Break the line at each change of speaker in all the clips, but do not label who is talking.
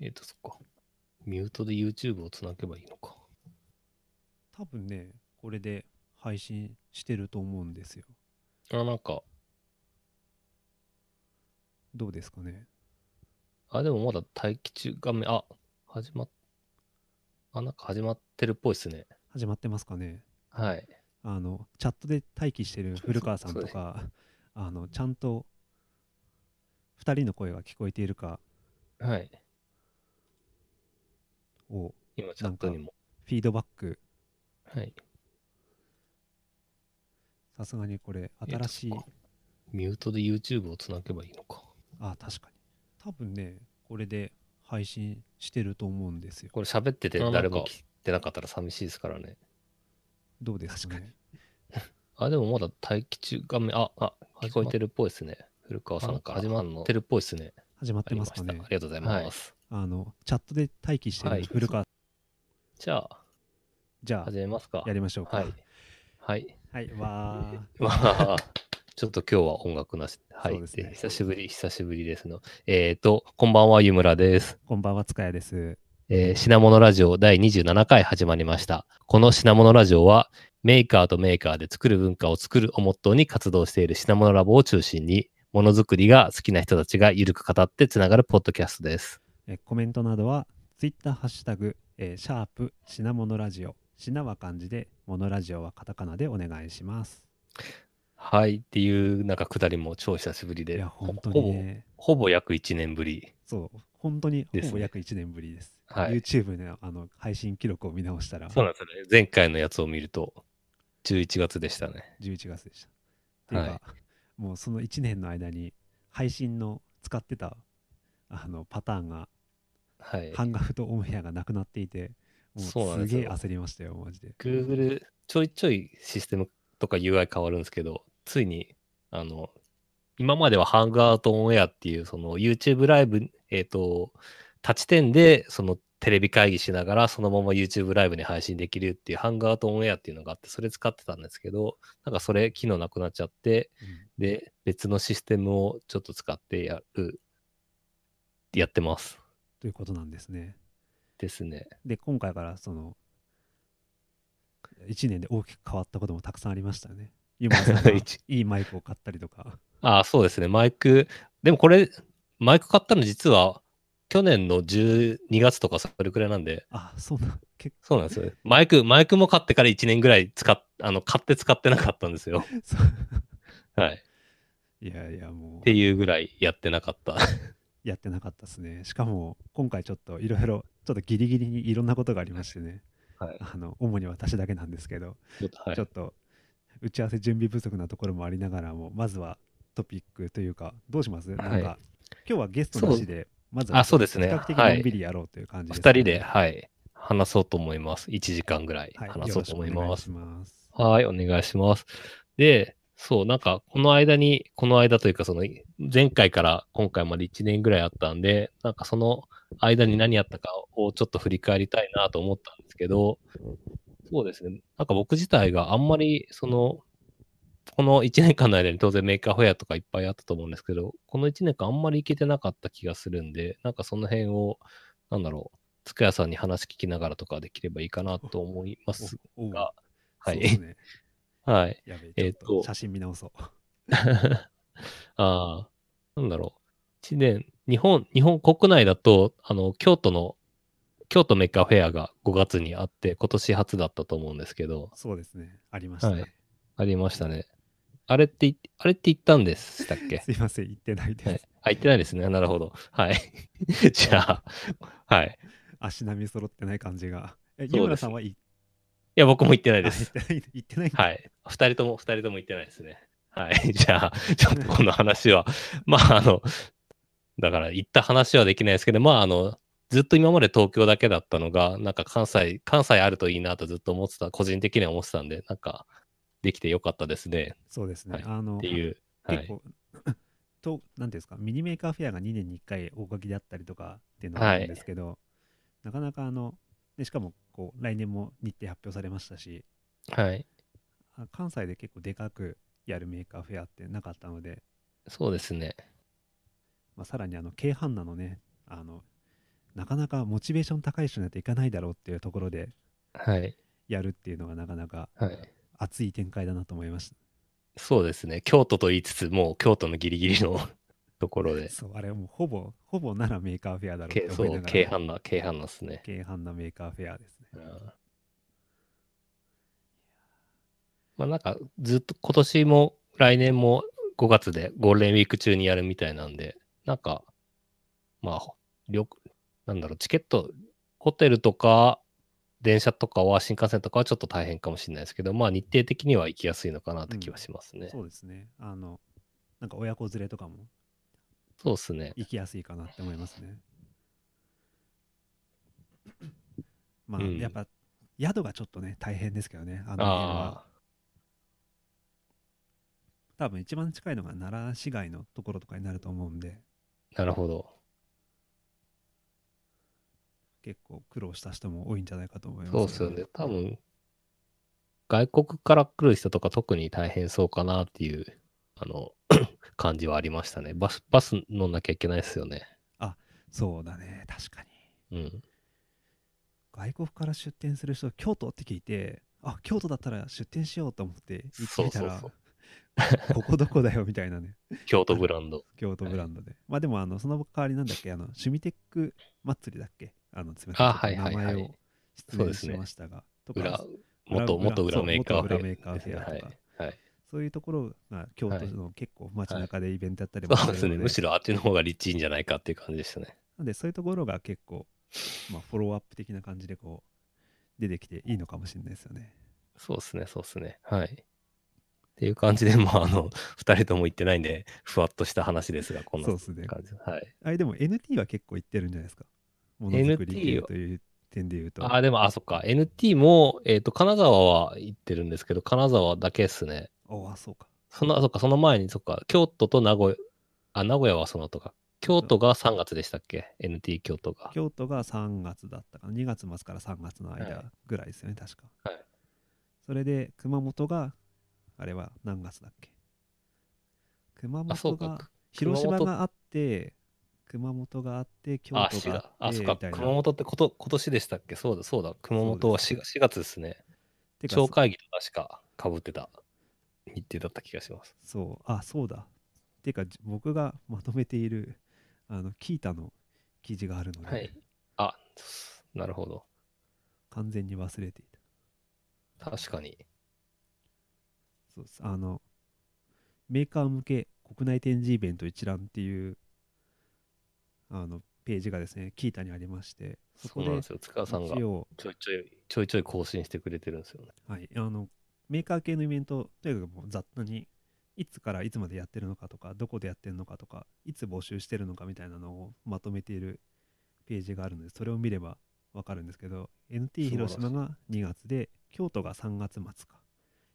えっ、と、そっか。ミュートで YouTube をつなげばいいのか。
多分ね、これで配信してると思うんですよ。
あ、なんか、
どうですかね。
あ、でもまだ待機中画面、あ、始まっ、あ、なんか始まってるっぽいっすね。
始まってますかね。
はい。
あの、チャットで待機してる古川さんとか、あの、ちゃんと2人の声が聞こえているか
はい。
を
今、チャットにも。
フィードバック、
はい。
さすがにこれ
えーと
新しい
そっ、かミュートで YouTube をつなげばいいのか。
あ、確かに。多分ね、これで配信してると思うんですよ。
これ喋ってて
あなんか
誰も聞いてなかったら寂しいですからね。
どうですか
確
ね。
あ、でもまだ待機中画面、あ、あ、聞こえてるっぽいですね。古川さんか
あなん
始
か
まってるっぽいですね。
始まっ
あ
て
りま
ま
すし
か
た。あり
ね。
がとうございます。
あの、チャットで待機して
はい
る古川、
じゃあ、
じゃあ
始、めますか
や。りましょうか。
はい。はい。
はい、わー。
ま あ、ちょっと今日は音楽なし。は
そ。
いう
ですね
で久しぶり、久しぶりですの。えっ、と、こんばんは、ゆむらです。
こんばんは、つかやです。
えー、品物ラジオ第27回始まりました。この品物ラジオは、メーカーとメーカーで作る文化を作るをモットーに活動している品物ラボを中心に、ものづくりが好きな人たちがゆるく語ってつながるポッドキャストです。
えーコメントなどは、ツイッターハッシュタグ、えーシャープ、しなものラジオ。しなは漢字で、ものラジオはカタカナでお願いします。
はい。っていう、なんか、くだりも超久しぶり
い
で、
や、
ほ
本当にね、
ほぼ、ほぼ約1年ぶり。
そう、本当に、
ですね
ほぼ約1年ぶりです。
はい
YouTube のあの配信記録を見直したら、
そうなんですよね。前回のやつを見ると、11月でしたね。
11月でした。っていうか、
は
もうその1年の間に、配信の使ってたあのパターンが、
はい。
ハンガフとオンエアがなくなっていて、も
そうなん
うす
です
げ
よ
え焦りましたよ、マジで。
Google、ちょいちょいシステムとか UI 変わるんですけど、ついに、あの、今まではハンガーとオンエアっていう、その YouTube ライブ、えっ、と、立ち点で、そのテレビ会議しながら、そのまま YouTube ライブに配信できるっていう、ハンガーとオンエアっていうのがあって、それ使ってたんですけど、なんかそれ、機能なくなっちゃって、
うん
で、別のシステムをちょっと使ってやる、やってます。
ということなんですね。
です ね。
で今回からその1年で大きく変わったこともたくさんありましたよね。ゆまさんが い
一
いマイクを買ったりとか。
ああ、そうですね。マイク、でもこれ、マイク買ったの実は、去年の12月とかそれくらいなんで、
あそうな結
そうなんですよ。マイク、マイクも買ってから1年ぐらい使っ、あの、買って使ってなかったんですよ。
構そう
はい。っ
いやいやも
ていうぐらいやってなかった。
うやってなかったですね。しかも今回ちょっといろいろちょっとギリギリにいろんなことがありましてね。
はい
あの主に私だけなんですけど、
ちょっと、はい
ちょっと打ち合わせ準備不足なところもありながらもまずはトピックというかどうします、な
は
ん
い
か今日はゲストなしでまずは
あ、そうです
比
ね。
較的
は
のん
い。
びりやろうという感じ
2
です、
人で、はい。話そうと思います。1時間ぐらい
はい、
話そうと思います。
よろしくお願いします。
はい、お願いします。で、そう、なんか、この間に、この間というか、その、前回から今回まで1年ぐらいあったんで、なんかその間に何やったかをちょっと振り返りたいなと思ったんですけど、そうですね、なんか僕自体があんまり、その、この1年間の間に当然メーカーフェアとかいっぱいあったと思うんですけど、この1年間あんまり行けてなかった気がするんで、なんかその辺を、なんだろう、つくやさんに話聞きながらとかできればいいかなと思います。
おおう
がは
そう
い
ですね、
はい。
やべえ、
え
ち
ー
ょ
っと
っと写真見直そう。
ああ、なんだろう。1年、日本、日本国内だと、あの、京都の、京都メーカーフェアが5月にあって、今年初だったと思うんですけど、
そうですね、ありましたね。
はいありましたね。あれってい、あれって言ったんでしたっけ
すいません、言ってないです。
はい。あ、言ってないですね。なるほど。はい。 じゃあ、はい。
足並み揃ってない感じが。え、
す
ゆうらさんは言っ
いや、僕も言ってない
あ言
で
っ
す。
てない、言ってない。
はい。二人とも、二人とも言ってないですね。はい。 じゃあ、ちょっとこの話は、まあ、あの、だから言った話はできないですけど、まあ、あの、ずっと今まで東京だけだったのが、なんか関西、関西あるといいなとずっと思ってた、個人的には思ってたんで、なんか、できてよかったですね、
そうですね、
はい
あの、
っていう。は
結
い。
構、 と、なんていうんですか、ミニメーカーフェアが2年に1回大垣であったりとかっていうのがあるんですけど、なかなかあの、でしかも、こう、来年も日程発表されましたし、
はい。
あ関西で結構でかくやるメーカーフェアってなかったので、
そうですね。
まあ、さらにあの京阪奈のねあのなかなかモチベーション高い人なんていかないだろうっていうところで
はい。
やるっていうのがなかなか
はい。
熱い展開だなと思いまし
そうですね。京都と言いつつ、もう京都のギリギリの ところ
た。
で、
そう、あれはもうほぼ、ほぼ ならメーカーフェアだろう
け
って
そ
思いな
う、
が
軽
ら。
犯な、軽犯なですね。
軽犯なメーカーフェアですね。
うんまあなんか、ずっと今年も来年も5月でゴールデンウィーク中にやるみたいなんで、なんか、まあ、旅なんだろう、チケット、ホテルとか、電車とかは、新幹線とかはちょっと大変かもしれないですけど、まあ日程的には行きやすいのかなって気はしますね。
そうですね。あの、なんか親子連れとかも
そうですね。
行きやすいかなって思いますね。まあ、
うん
やっぱ宿がちょっとね、大変ですけどね、あの辺は。
あ
多分一番近いのが奈良市街のところとかになると思うんで、
あ、なるほど。
結構苦労した人も多いんじゃないかと思います、
そうですよね。多分、外国から来る人とか特に大変そうかなっていう、あの、 感じはありましたね。バス、バス乗んなきゃいけないですよね。
そうだね、確かに。
うん。
外国から出店する人、京都って聞いて、あ京都だったら出店しようと思って行ってみたら、
そう
ここどこだよみたいなね、
京都ブラン ド。
京都ブランドで。まあでも、あのその代わりなんだっけ、あのシュミテック祭りだっけ、あのすみません
あはいはいはい
ちょっと名前を
そう
失
で
礼
す
し
ね
ましたが、と
裏
か、
元、
裏
元裏メーカー
そう元裏メーカーフェアとか
はい。はい。
そういうところが京都の結構街中でイベントやったりも
そうですね。むし
ろ。
ろあっちの方が立地いいんじゃないかっていう感じでしたね。
なんで、そういうところが結構、まあ、フォローアップ的な感じでこう、出てきていいのかもしれないですよね。
そうですね、そうですね。はい。っていう感じで、まあ、あの、二人とも行ってないんで、ふわっとした話ですが、こんな
そう
感
っすね
じ。はい。
あれでも NT は結構行ってるんじゃないですか。ものづくり
NT
系
は
という点で言うと。
ああ、でも、あ、そっか。NT も、えっ、と、金沢は行ってるんですけど、金沢だけっすね。
おあ、そうか。
その、あそっか、その前に、そっか、京都と名古屋、あ、名古屋はその後か。京都が3月でしたっけ ?NT 京都が。
京都が3月だったかな。2月末から3月の
はい
間ぐらいですよね、確か。
はい
それで、熊本が、あれは何月だっけ熊
あ、そ
本
うか
が、。広島
熊本
があって、熊本があって、京
あ、
都
滋賀
が。あっ
あ、
て、
そっ
み
か。
たい
熊
な。
本ってこと、今年でしたっけそうだ、そうだ。熊本は
そ
4,
うで
月ですね。
てか
超会議と確か被ってた日程だった気がします。
そう、あ、そうだ。てか、じ僕がまとめている、あの、キータの記事があるので、
はい。あ、なるほど。
完全に忘れていた。
確かに。
そうです。あの、メーカー向け国内展示イベント一覧っていう、あの、ページがですね、キータにありまして、そ
そ
こ
うなん
で
ですよ。塚田さんが
一応、
ちょいちょい、ちょいちょい更新してくれてるんですよね。
はい、あの、メーカー系のイベント、とにかくもう雑多に、いつからいつまでやってるのかとか、どこでやってるのかとか、いつ募集してるのかみたいなのをまとめているページがあるので、それを見ればわかるんですけど、NT 広島が2月で、京都が3月末か。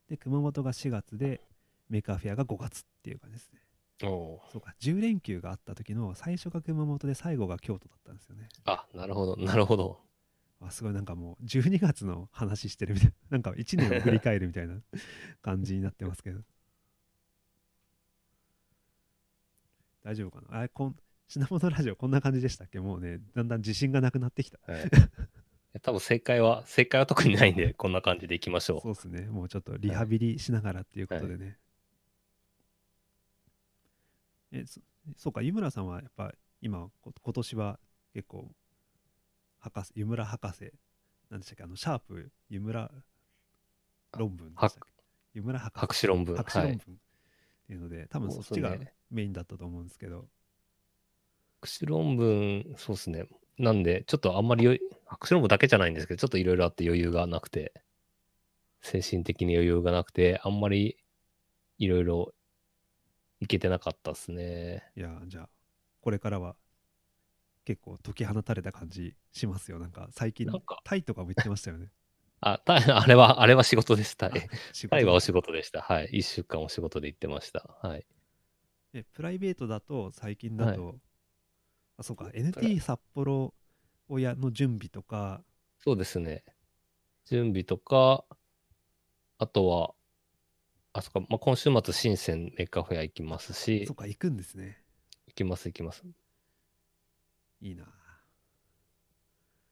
で、熊本が4月で、メーカーフェアが5月っていう感じですね。
お
そうか、10連休があった時の最初が熊本で最後が京都だったんですよね。
あ、なるほど、なるほど。
あすごいなんかもう12月の話してるみたいななん か1年を振り返るみたいな感じになってますけど大丈夫かなあれこん品物ラジオこんな感じでしたっけもうねだんだん自信がなくなってきた
はい、いや 多分正解は、正解は特にないんで、こんな感じでいきましょ
そうですねもうちょっとリハビリしながらっていうことでね、えそそうか湯村さんはやっぱ今こ今年は結構博士湯村博士なんでしたっけあのシャープ湯村論文でしたっけ湯村
う。
博
博
士
士論文。
博士論
は
文
い
っ。ていうので、多分そっち
そ
が
うですね
メインだったと思うんですけど
博士論文、そうですね。なんで、ちょっとあんまりよい、博士論文だけじゃないんですけど、ちょっといろいろあって余裕がなくて、精神的に余裕がなくて、あんまりいろいろいけてなかったですね。
いやじゃあこれからは結構解き放たれた感じしますよなんか最近
なんか
タイとかも言ってましたよね
あ、た あれは、あれは仕事でした。
あ 仕事
タイはお仕事でした。はい。一週間お仕事で行ってました。はい。
えプライベートだと最近だと、あそうか NT
イ
札幌親の準備とか
そうですね。準備とか、あとは、あそっか、まあ、今週末、深センメーカーフェア行きますし
そう、か行くんですね
行きます、行きます。
いいな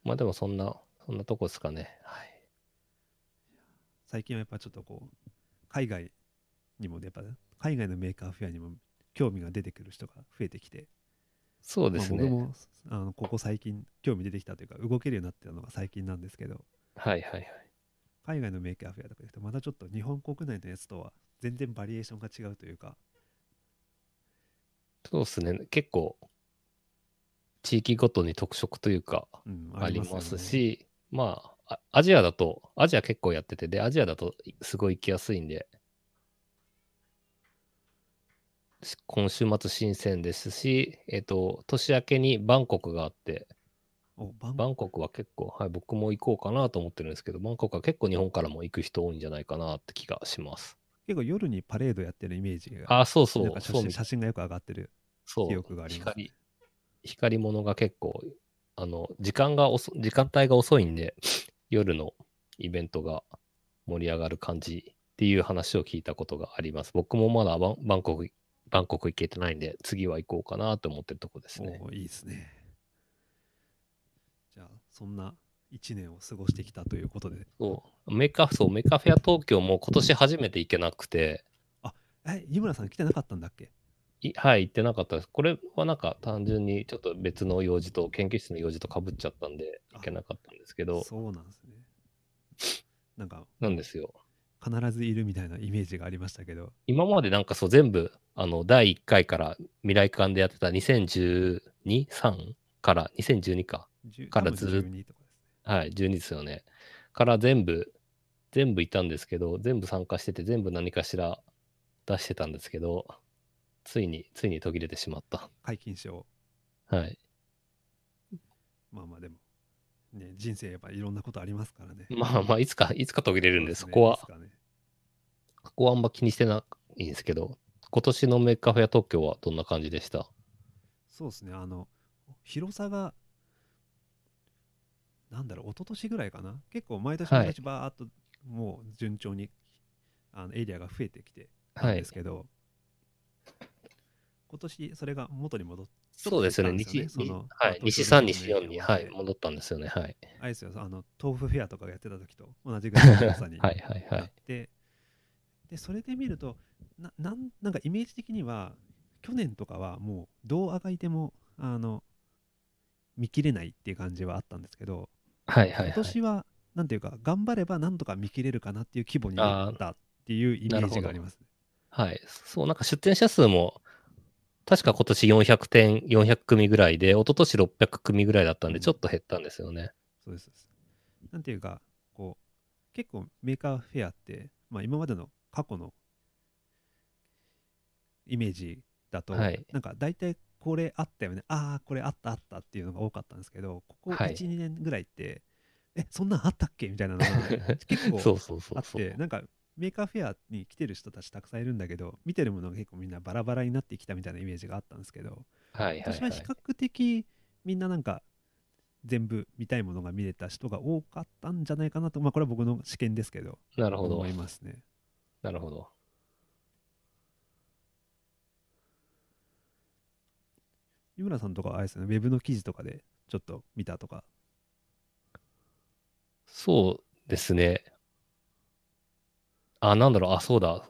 まあでもそんな、そんなとこですかね。はい。
最近はやっぱちょっとこう海外にもやっぱ海外のメーカーフェアにも興味が出てくる人が増えてきて、
そうです
まあ
ね。
僕もあのここ最近興味出てきたというか動けるようになってたのが最近なんですけど
はいはいはい。
海外のメーカーフェアとか行くとまたちょっと日本国内のやつとは全然バリエーションが違うというか
そうですね。結構、地域ごとに特色というか、
うん
あり
よ
ま
ね
すし、まあ、あアジアだと、アジア結構やってて、で、アジアだといすごい行きやすいんで、し今週末、深センですし、えっ、と、年明けにバンコクがあって、
おバン
バンコクは結構、はい、僕も行こうかなと思ってるんですけど、バンコクは結構日本からも行く人多いんじゃないかなって気がします。
結構夜にパレードやってるイメージが
ああ、そうそ
な
う、
んか写
そう
真
みたい
写真がよく上がってる
そう
記憶があります
光光り物が結構あの時間が遅時間帯が遅いんで 夜のイベントが盛り上がる感じっていう話を聞いたことがあります僕もまだバンバンコクバンコク行けてないんで次は行こうかなと思ってるとこですね
おいいですねじゃあそんな1年を過ごしてきたということで
そうメカそうメカフェア東京も今年初めて行けなくて
え井村さん来てなかったんだっけ
いはい行ってなかったですこれはなんか単純にちょっと別の用事と研究室の用事とかぶっちゃったんで行けなかったんですけど
そうなんですねなんか
なんですよ
必ずいるみたいなイメージがありましたけど
今までなんかそう全部あの第1回から未来館でやってた2012、3から2012か。
10
から
多分
ずーっと
12とかですね
はい、12ですよね。から全部、全部いたんですけど、全部参加してて、全部何かしら出してたんですけど、ついに、ついに途切れてしまった。
解禁賞
はい。
まあまあでもね人生やっぱいろんなことありますからね
まあまあ、いつか、いつか途切れるんで、
う
そ
すね
こはい
つ、かね
そこはあんま気にしてないんですけど、今年のメーカーフェア東京はどんな感じでした
そうですねあの広さがなんだろう一昨年ぐらいかな結構毎年
はい
毎年バーっともう順調にあのエリアが増えてきてた
は
んで
い
す。けど、今年それが元に戻っ
そうですよね、
ちょっと
西、
減ったんですよね
に
そのまあ
はい、西3、西4に、は
東京の影
い、
響もあって
戻ったんですよね、はい。
あれですよあの豆腐フェアとかがやってた時と同じぐらいの広さに
はいはいは
なっ
い。
て、でそれで見るとななんなんかイメージ的には去年とかはもうどうあがいてもあの見切れないっていう感じはあったんですけど
はいはい、
今
はい。
年はなんていうか頑張ればなんとか見切れるかなっていう規模になったっていうイメージがあります、
はい。そう、なんか出店者数も、確か今年400点、400組ぐらいで、一昨年600組ぐらいだったん
う
で、
ん
ちょっと減ったんですよね。
そうですそうですなんていうかこう結構メーカーフェアって、まあ、今までの過去のイメージだと、
はい
なんか大体これあったよねああこれあったあったっていうのが多かったんですけどここ12、
はい
2年ぐらいってえそんなんあったっけみたい なのが結構
そうそうそ
あ
う
っ
そう
て。なんかメーカーフェアに来てる人たちたくさんいるんだけど見てるものが結構みんなバラバラになってきたみたいなイメージがあったんですけど
はいはい
私は
は
比
い。
較的みんななんか全部見たいものが見れた人が多かったんじゃないかなとまあこれは僕の試験ですけど
なるほど
思い。ますね
なるほど。
井村さんとかはあれですよねウェブの記事とかでちょっと見たとか
そうですね。あ、なんだろう、あ、そうだ。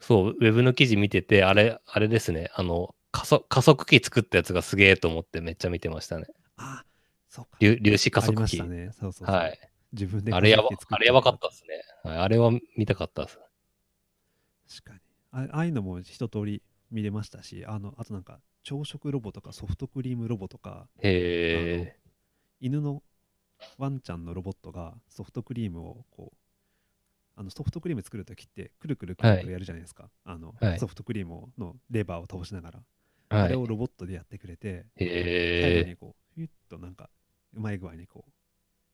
そう、ウェブの記事見てて、あれ、あれですね。あの、加速加速器作ったやつがすげえと思ってめっちゃ見てましたね。
ああそうか
粒粒子加
あり
速
まし
器。
たねそうそうそう
はい。
自分で
あれやば
書いて、作
あれやばか
た
ったですね。はいあれは見たかったです。
確かにあああいうのも一通り見れましたしあのあとなんか朝食ロボとかソフトクリームロボとか
へ
犬のワンちゃんのロボットがソフトクリームをこうあのソフトクリーム作るときってくるくるくるくるやるじゃないですか、あの
はい
ソフトクリームをのレバーを倒しながら、
え。は
あれ
い。
をロボットでやってくれて最後
へえ。
にこうヒュッとなんかうまい具合にこう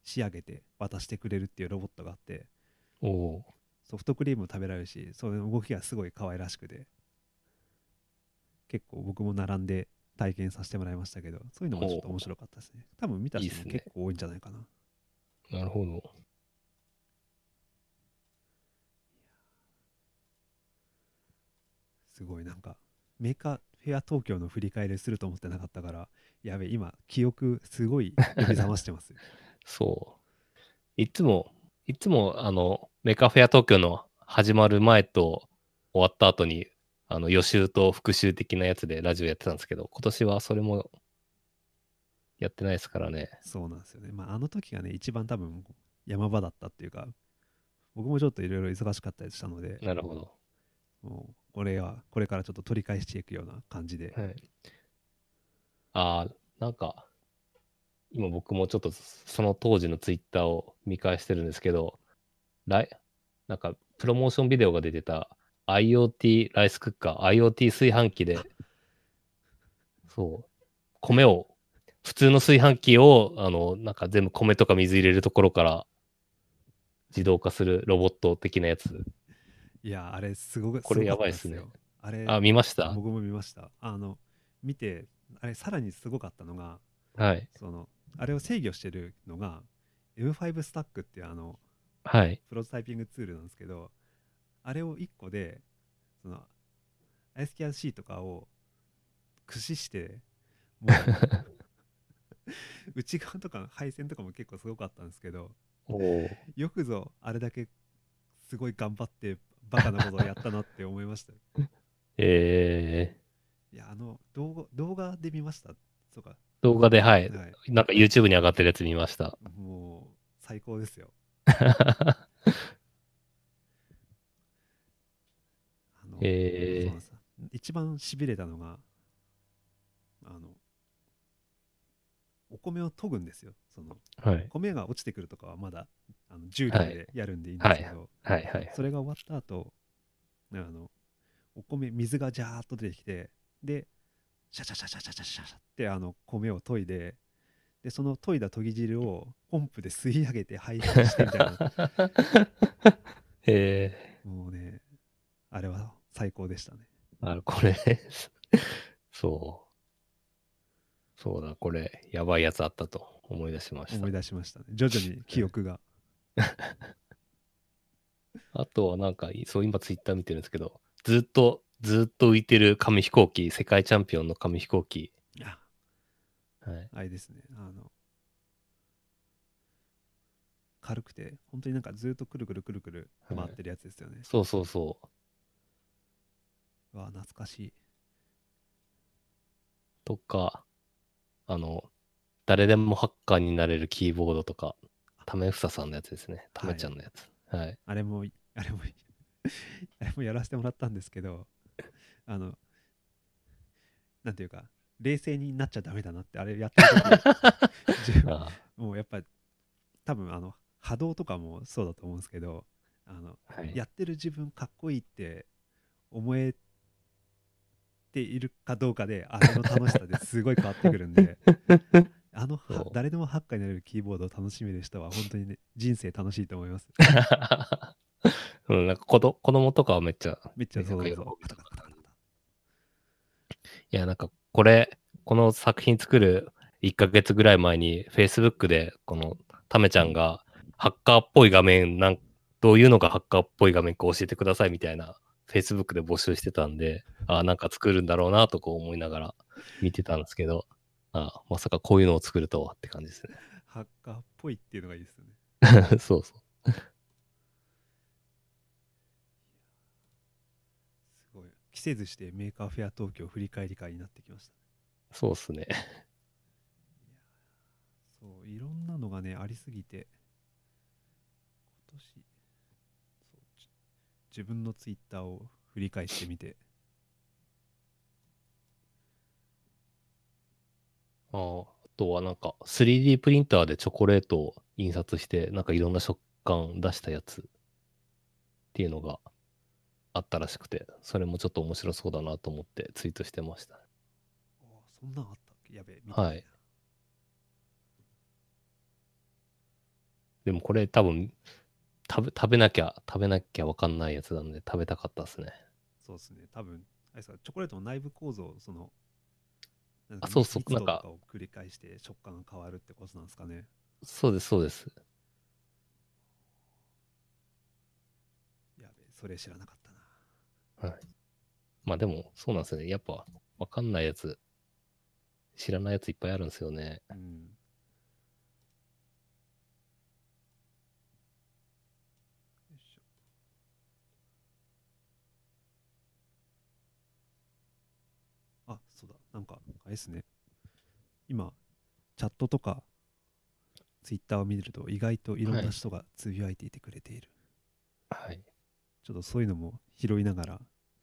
仕上げて渡してくれるっていうロボットがあって
おおー。
ソフトクリームも食べられるしその動きがすごい可愛らしくて結構僕も並んで体験させてもらいましたけどそういうのもちょっと面白かったですね多分見た
いいっ
人
す
も
ね
結構多いんじゃないかな
なるほど。
すごいなんかメーカーフェア東京の 振り返りすると思ってなかったからやべえ今記憶すごい呼び覚ましてますい
そう。いつも、いつも、あの、メカフェア東京の始まる前と終わった後に、あの、予習と復習的なやつでラジオやってたんですけど、今年はそれもやってないですからね。
そうなんですよね。まあ、あの時がね、一番多分山場だったっていうか、僕もちょっといろいろ忙しかったりしたので、
なるほど。
もうこれは、これからちょっと取り返していくような感じで。
はい。ああ、なんか、今僕もちょっとその当時のツイッターを見返してるんですけど、来、なんかプロモーションビデオが出てた IoT ライスクッカー、IoT 炊飯器で、 そう、米を、普通の炊飯器を、あの、なんか全部米とか水入れるところから自動化するロボット的なやつ。
いや、あれすごく、
これ
ごか
や
った
ばいっすね
よ。あれ、
あ、見ました
僕も見ました。あの、見て、あれ、さらにすごかったのが、
はい。
その、あれを制御してるのが、M5 スタックっていうあの、
はい。
プロトタイピングツールなんですけど、あれを1個で、その、ISKRC とかを駆使して、も う、内側とか配線とかも結構すごかったんですけど、
おお。
よくぞあれだけすごい頑張って、バカなことをやったなって思いました。
え
いや、あの、動画動画で見ました。そうか。
ー、動画で、はい。
はい。
なんか YouTube に上がってるやつ見ました。
もう、最高です よ。あの
へー
そうなんです一番しびれたのがあのお米を研ぐんですよその
はい。
米が落ちてくるとかはまだあの重量
はい
でやるんでいいんですけど、
はい はい。
それが終わった後あのお米水がジャーッと出てきてでシャシャシャシャシャシャシャシャってあの米を研いででその研いだ研ぎ汁をポンプで吸い上げて排出してみたい な
え
もうねあれは最高でしたね
ー、あ、これ、そう。そうだ、これ、やばいやつあったと思い出しまし
思
た
い。出しましたね徐々に記憶が
あとはなんか、そう、今ツイッター見てるんですけど、ずっと、ずっと浮いてる紙飛行機、世界チャンピオンの紙飛行機。
あ
はい。
あれですねあの軽くて本当になんかずっとくるくるくるくる回ってるやつですよね、
そうそうそう。
うわ懐かしい
とか、あの、誰でもハッカーになれるキーボードとか、タメフサさんのやつですね。タメちゃんのやつ。はい
あれも あれもあれもやらせてもらったんですけどあのなんていうか冷静になっちゃダメだなってあれやってる 時自分
あ
もうやっぱ多分あの波動とかもそうだと思うんですけどあの
ーはい、
やってる自分かっこいいって思えているかどうかであれの楽しさですごい変わってくる んであのは
そう
誰でもハッカーになれるキーボードを楽しめる人は本当にね人生楽しいと思います
うん、なんか子ど子供とかはめっちゃ、
めっちゃそう
め
そ
っ
う
ちゃ喜ぶ
そうカタカタカタカタ
いや、なんかこれ、この作品作る1ヶ月ぐらい前に、Facebook で、このタメちゃんが、ハッカーっぽい画面なん、どういうのがハッカーっぽい画面か教えてくださいみたいな、Facebook で募集してたんで、ああ、なんか作るんだろうなとこう思いながら見てたんですけど、ああまさかこういうのを作るとはって感じです
ハッカーっぽいっていうのがいいですよね
ね。 そうそう。
すごい季節してメーカーフェア東京振り返り会になってきました
そうっすね。
そういろんなのがねありすぎて今年そうじ自分のツイッターを振り返ってみ て
あああとはなんか 3D プリンターでチョコレートを印刷してなんかいろんな食感出したやつっていうのがあったらしくてそれもちょっと面白そうだなと思ってツイートしてました。
あそんなんあったっけやべえ見てない
はいでもこれ多分食べ食べなきゃ食べなきゃわかんないやつなんで食べたかったですね。
そうですね多分あれですかチョコレートの内部構造そのなん
あそうそう
密度
なんか
とを繰り返して食感が変わるってことなんですかね
そうですそうです。
やべえそれ知らなかったな
まあでもそうなんですよね。やっぱわかんないやつ知らないやついっぱいあるんですよね。
うんなんか、あれですね。今、チャットとか、ツイッターを見ると、意外といろん
は
ない人がつぶやいていてくれている。
はい。
ちょっとそういうのも拾いながら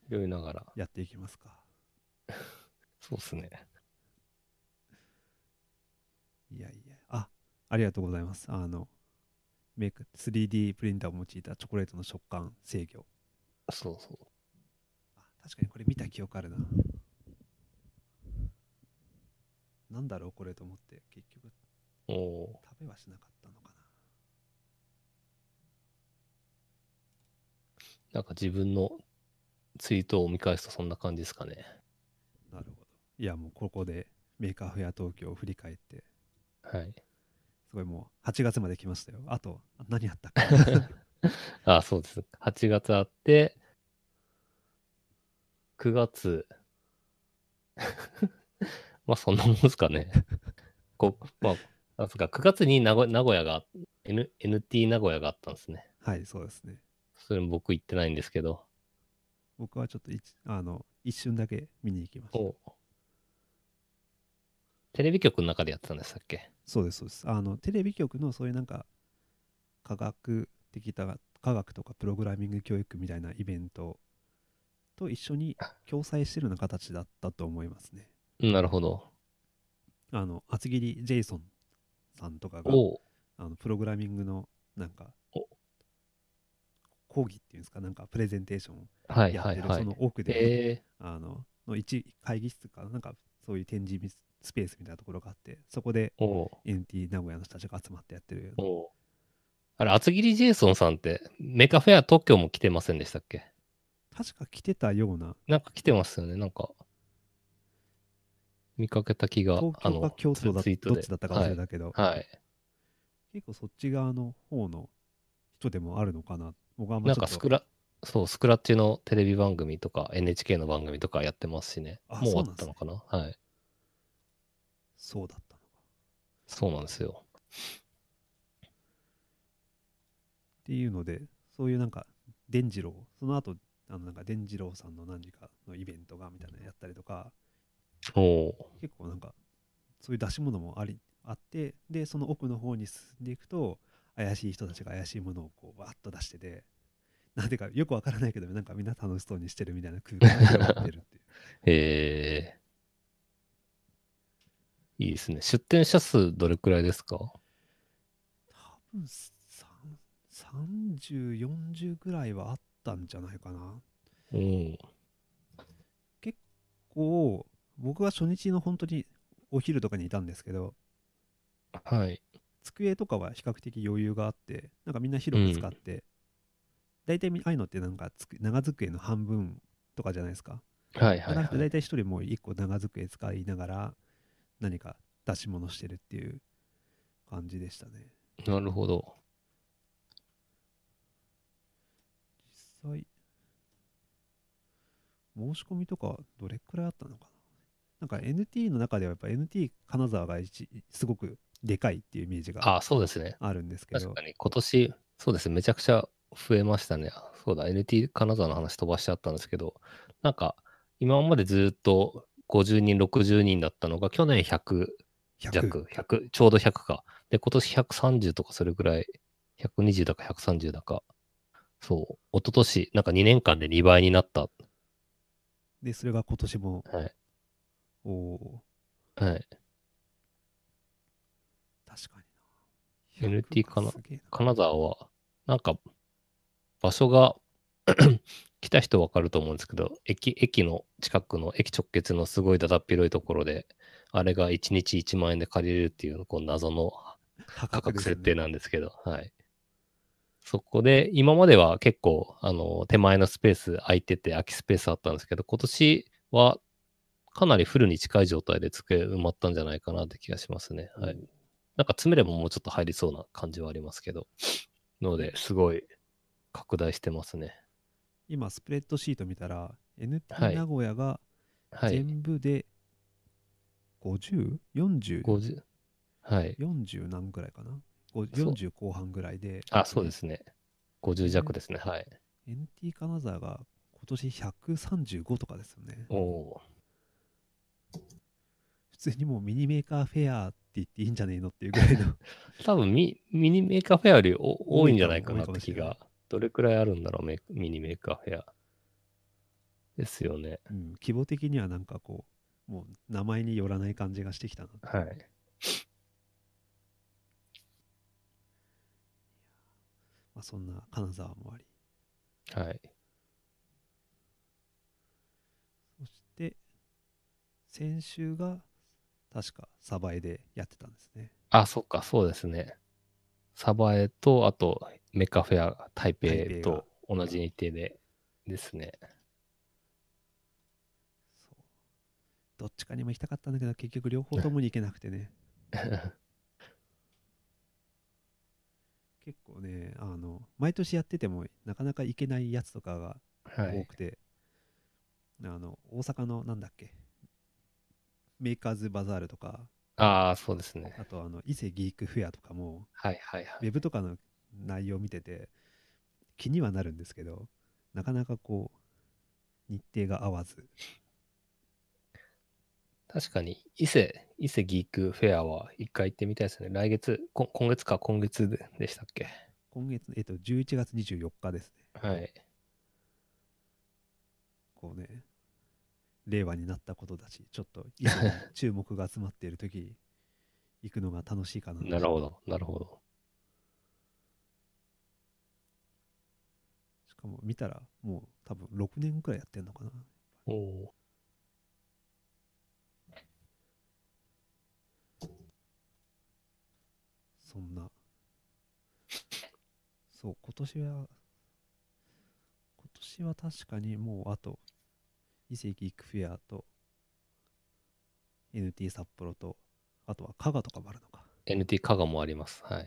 酔いながら。
やっていきますか。
そうですね。
いやいや。あ、ありがとうございます。あの、メイク 3D プリンターを用いたチョコレートの食感制御。
そうそう。
あ確かにこれ見た記憶あるな。なんだろうこれと思って結局
おお
食べはしなかったのかな。
ーなんか自分のツイートを見返すとそんな感じですかね。
なるほど。いやもうここでメーカーフェア東京を振り返って、
はい。
すごいもう8月まで来ましたよ。あと、あ何やったか。
あ、そうです。8月あって、9月。 まあそんなもんですかね。こまあ、なんすか、9月に名古名古屋が、N、NT 名古屋があったんですね。
はい、そうですね。
それも僕行ってないんですけど。
僕はちょっと一あの一瞬だけ見に行きました。
おテレビ局の中でやってたんでしたっけ
そうです、そうです。あの、テレビ局のそういうなんか、科学的だ科学とかプログラミング教育みたいなイベントと一緒に共催してるような形だったと思いますね。
なるほど。
あの、厚切りジェイソンさんとかが、
おう
あのプログラミングのなんか
お
講義っていうんですかなんかプレゼンテーションを
はい
やっ
は
て
い
る
は
そ
い
の。奥で、
え
あのの一会議室かななんかそういう展示スペースみたいなところがあってそこで
ー、おう
NT 名古屋の人たちが集まってやってる
おうあれ、厚切りジェイソンさんって、メカフェア特許も来てませんでしたっけ
確か来てたような
なんか来てますよね、なんか。見かけた気が、
東京か京都だ
ツイート
ど
で
っちだったか忘れ
は
たけど、
い。はい
結構そっち側の方の人でもあるのかな僕はあんま
なん
ちょ
か
っ
ス
と
クラ、そう、スクラッチのテレビ番組とか、NHK の番組とかやってますしね。も
あ
う終わ
そうなん
っ
です
た
ね
のかなはい。
そうだったのか
そうなんですよ。
っていうのでそういうなんか伝次郎その後あのなんか伝次郎さんの何時かのイベントがみたいなのやったりとか
おおう
結構なんかそういう出し物もありあってでその奥の方に進んでいくと怪しい人たちが怪しいものをこうわーっと出しててなんていうかよくわからないけどなんかみんな楽しそうにしてるみたいな空間が広がってるっていう
えー、いいですね。出店者数どれくらいですか
多分3040ぐらいはあったんじゃないかな
うん。
こう僕は初日の本当にお昼とかにいたんですけど
はい。
机とかは比較的余裕があってなんかみんな広く使って、大体みああいうのってなんかつく長机の半分とかじゃないですか、
はい
じ
は
ゃ
い、
なくて
は
大
い。
体一人もう一個長机使いながら何か出し物してるっていう感じでしたね
なるほど。
実際申し込みとかどれくらいあったのかななんか NT の中ではやっぱ NT 金沢が一すごくでかいっていうイメージが
あ、そうですね。
あるんですけど
確かに今年、そうですね、めちゃくちゃ増えましたね。そうだ、NT 金沢の話飛ばしちゃったんですけど、なんか、今までずっと50人、60人だったのが、去年100
100
弱、100、ちょうど100か。で、今年130とかそれぐらい、120だか130だか。そう、一昨年なんか2年間で2倍になった。
でそれが今年も
はい。
おお
はい。
確かにな。
NT かな
すげえ
金沢は、なんか、場所が 来た人わかると思うんですけど、駅、駅の近くの、駅直結のすごいだだっ広いところで、あれが1日1万円で借りれるっていう、こう謎の
な破
価格
ですよ
設定
ね
なんですけど、はい。そこで、今までは結構、あの、手前のスペース空いてて、空きスペースあったんですけど、今年はかなりフルに近い状態で机埋まったんじゃないかなって気がしますね。はい。なんか詰めればもうちょっと入りそうな感じはありますけど、ので、すごい拡大してますね。
今、スプレッドシート見たら、
は
NT
い
名古屋が
はい。
全部で 50?40?40
50はい。
何ぐらいかなご
そう
?40 後半ぐらいで、
あ、そうですね。50弱ですね。はい。
NT 金沢が今年135とかですよね。
おお。
通にもうミニメーカーフェアって言っていいんじゃねえのっていうぐらいの
多分ミミニメーカーフェアよりお多いんじゃないかなっ
多
て
いかも
気
しれない
が。どれくらいあるんだろう、メミニメーカーフェア。ですよね。
うん、規模的にはなんかこうもう名前によらない感じがしてきたな
はい。
まあ、そんな金沢もあり
はい。
そして先週が確かサバエでやってたんですね
あ、そっか、そうですね。サバエと、あと、メカフェア、台北
台北が
と同じ日程でですね。
そうどっちかにも行きたかったんだけど結局両方ともに行けなくてね結構ねあの毎年やっててもなかなか行けないやつとかが
は
多
い。
くて、あの大阪のなんだっけメーカーズバザールとか
ああ、そうですね。
あとあの伊勢ギークフェアとかも
はいはいは
ウ
い。
ェブとかの内容見てて気にはなるんですけどなかなかこう日程が合わず
確かに、伊勢、伊勢ギークフェアは一回行ってみたいですね。来月、こ今月か、今月ででしたっけ。
今月、えっと、11月24日ですね
はい。
こうね令和になったことだしちょっと以前注目が集まっている時行くのが楽しいかな
なるほど、なるほど。
しかも見たらもう多分6年くらいやってんのかな
おお
そんなそう今年は今年は確かにもうあと伊勢ギークフェアと NT 札幌とあとは加賀とかもあるのか
NT 加賀もあります。はい。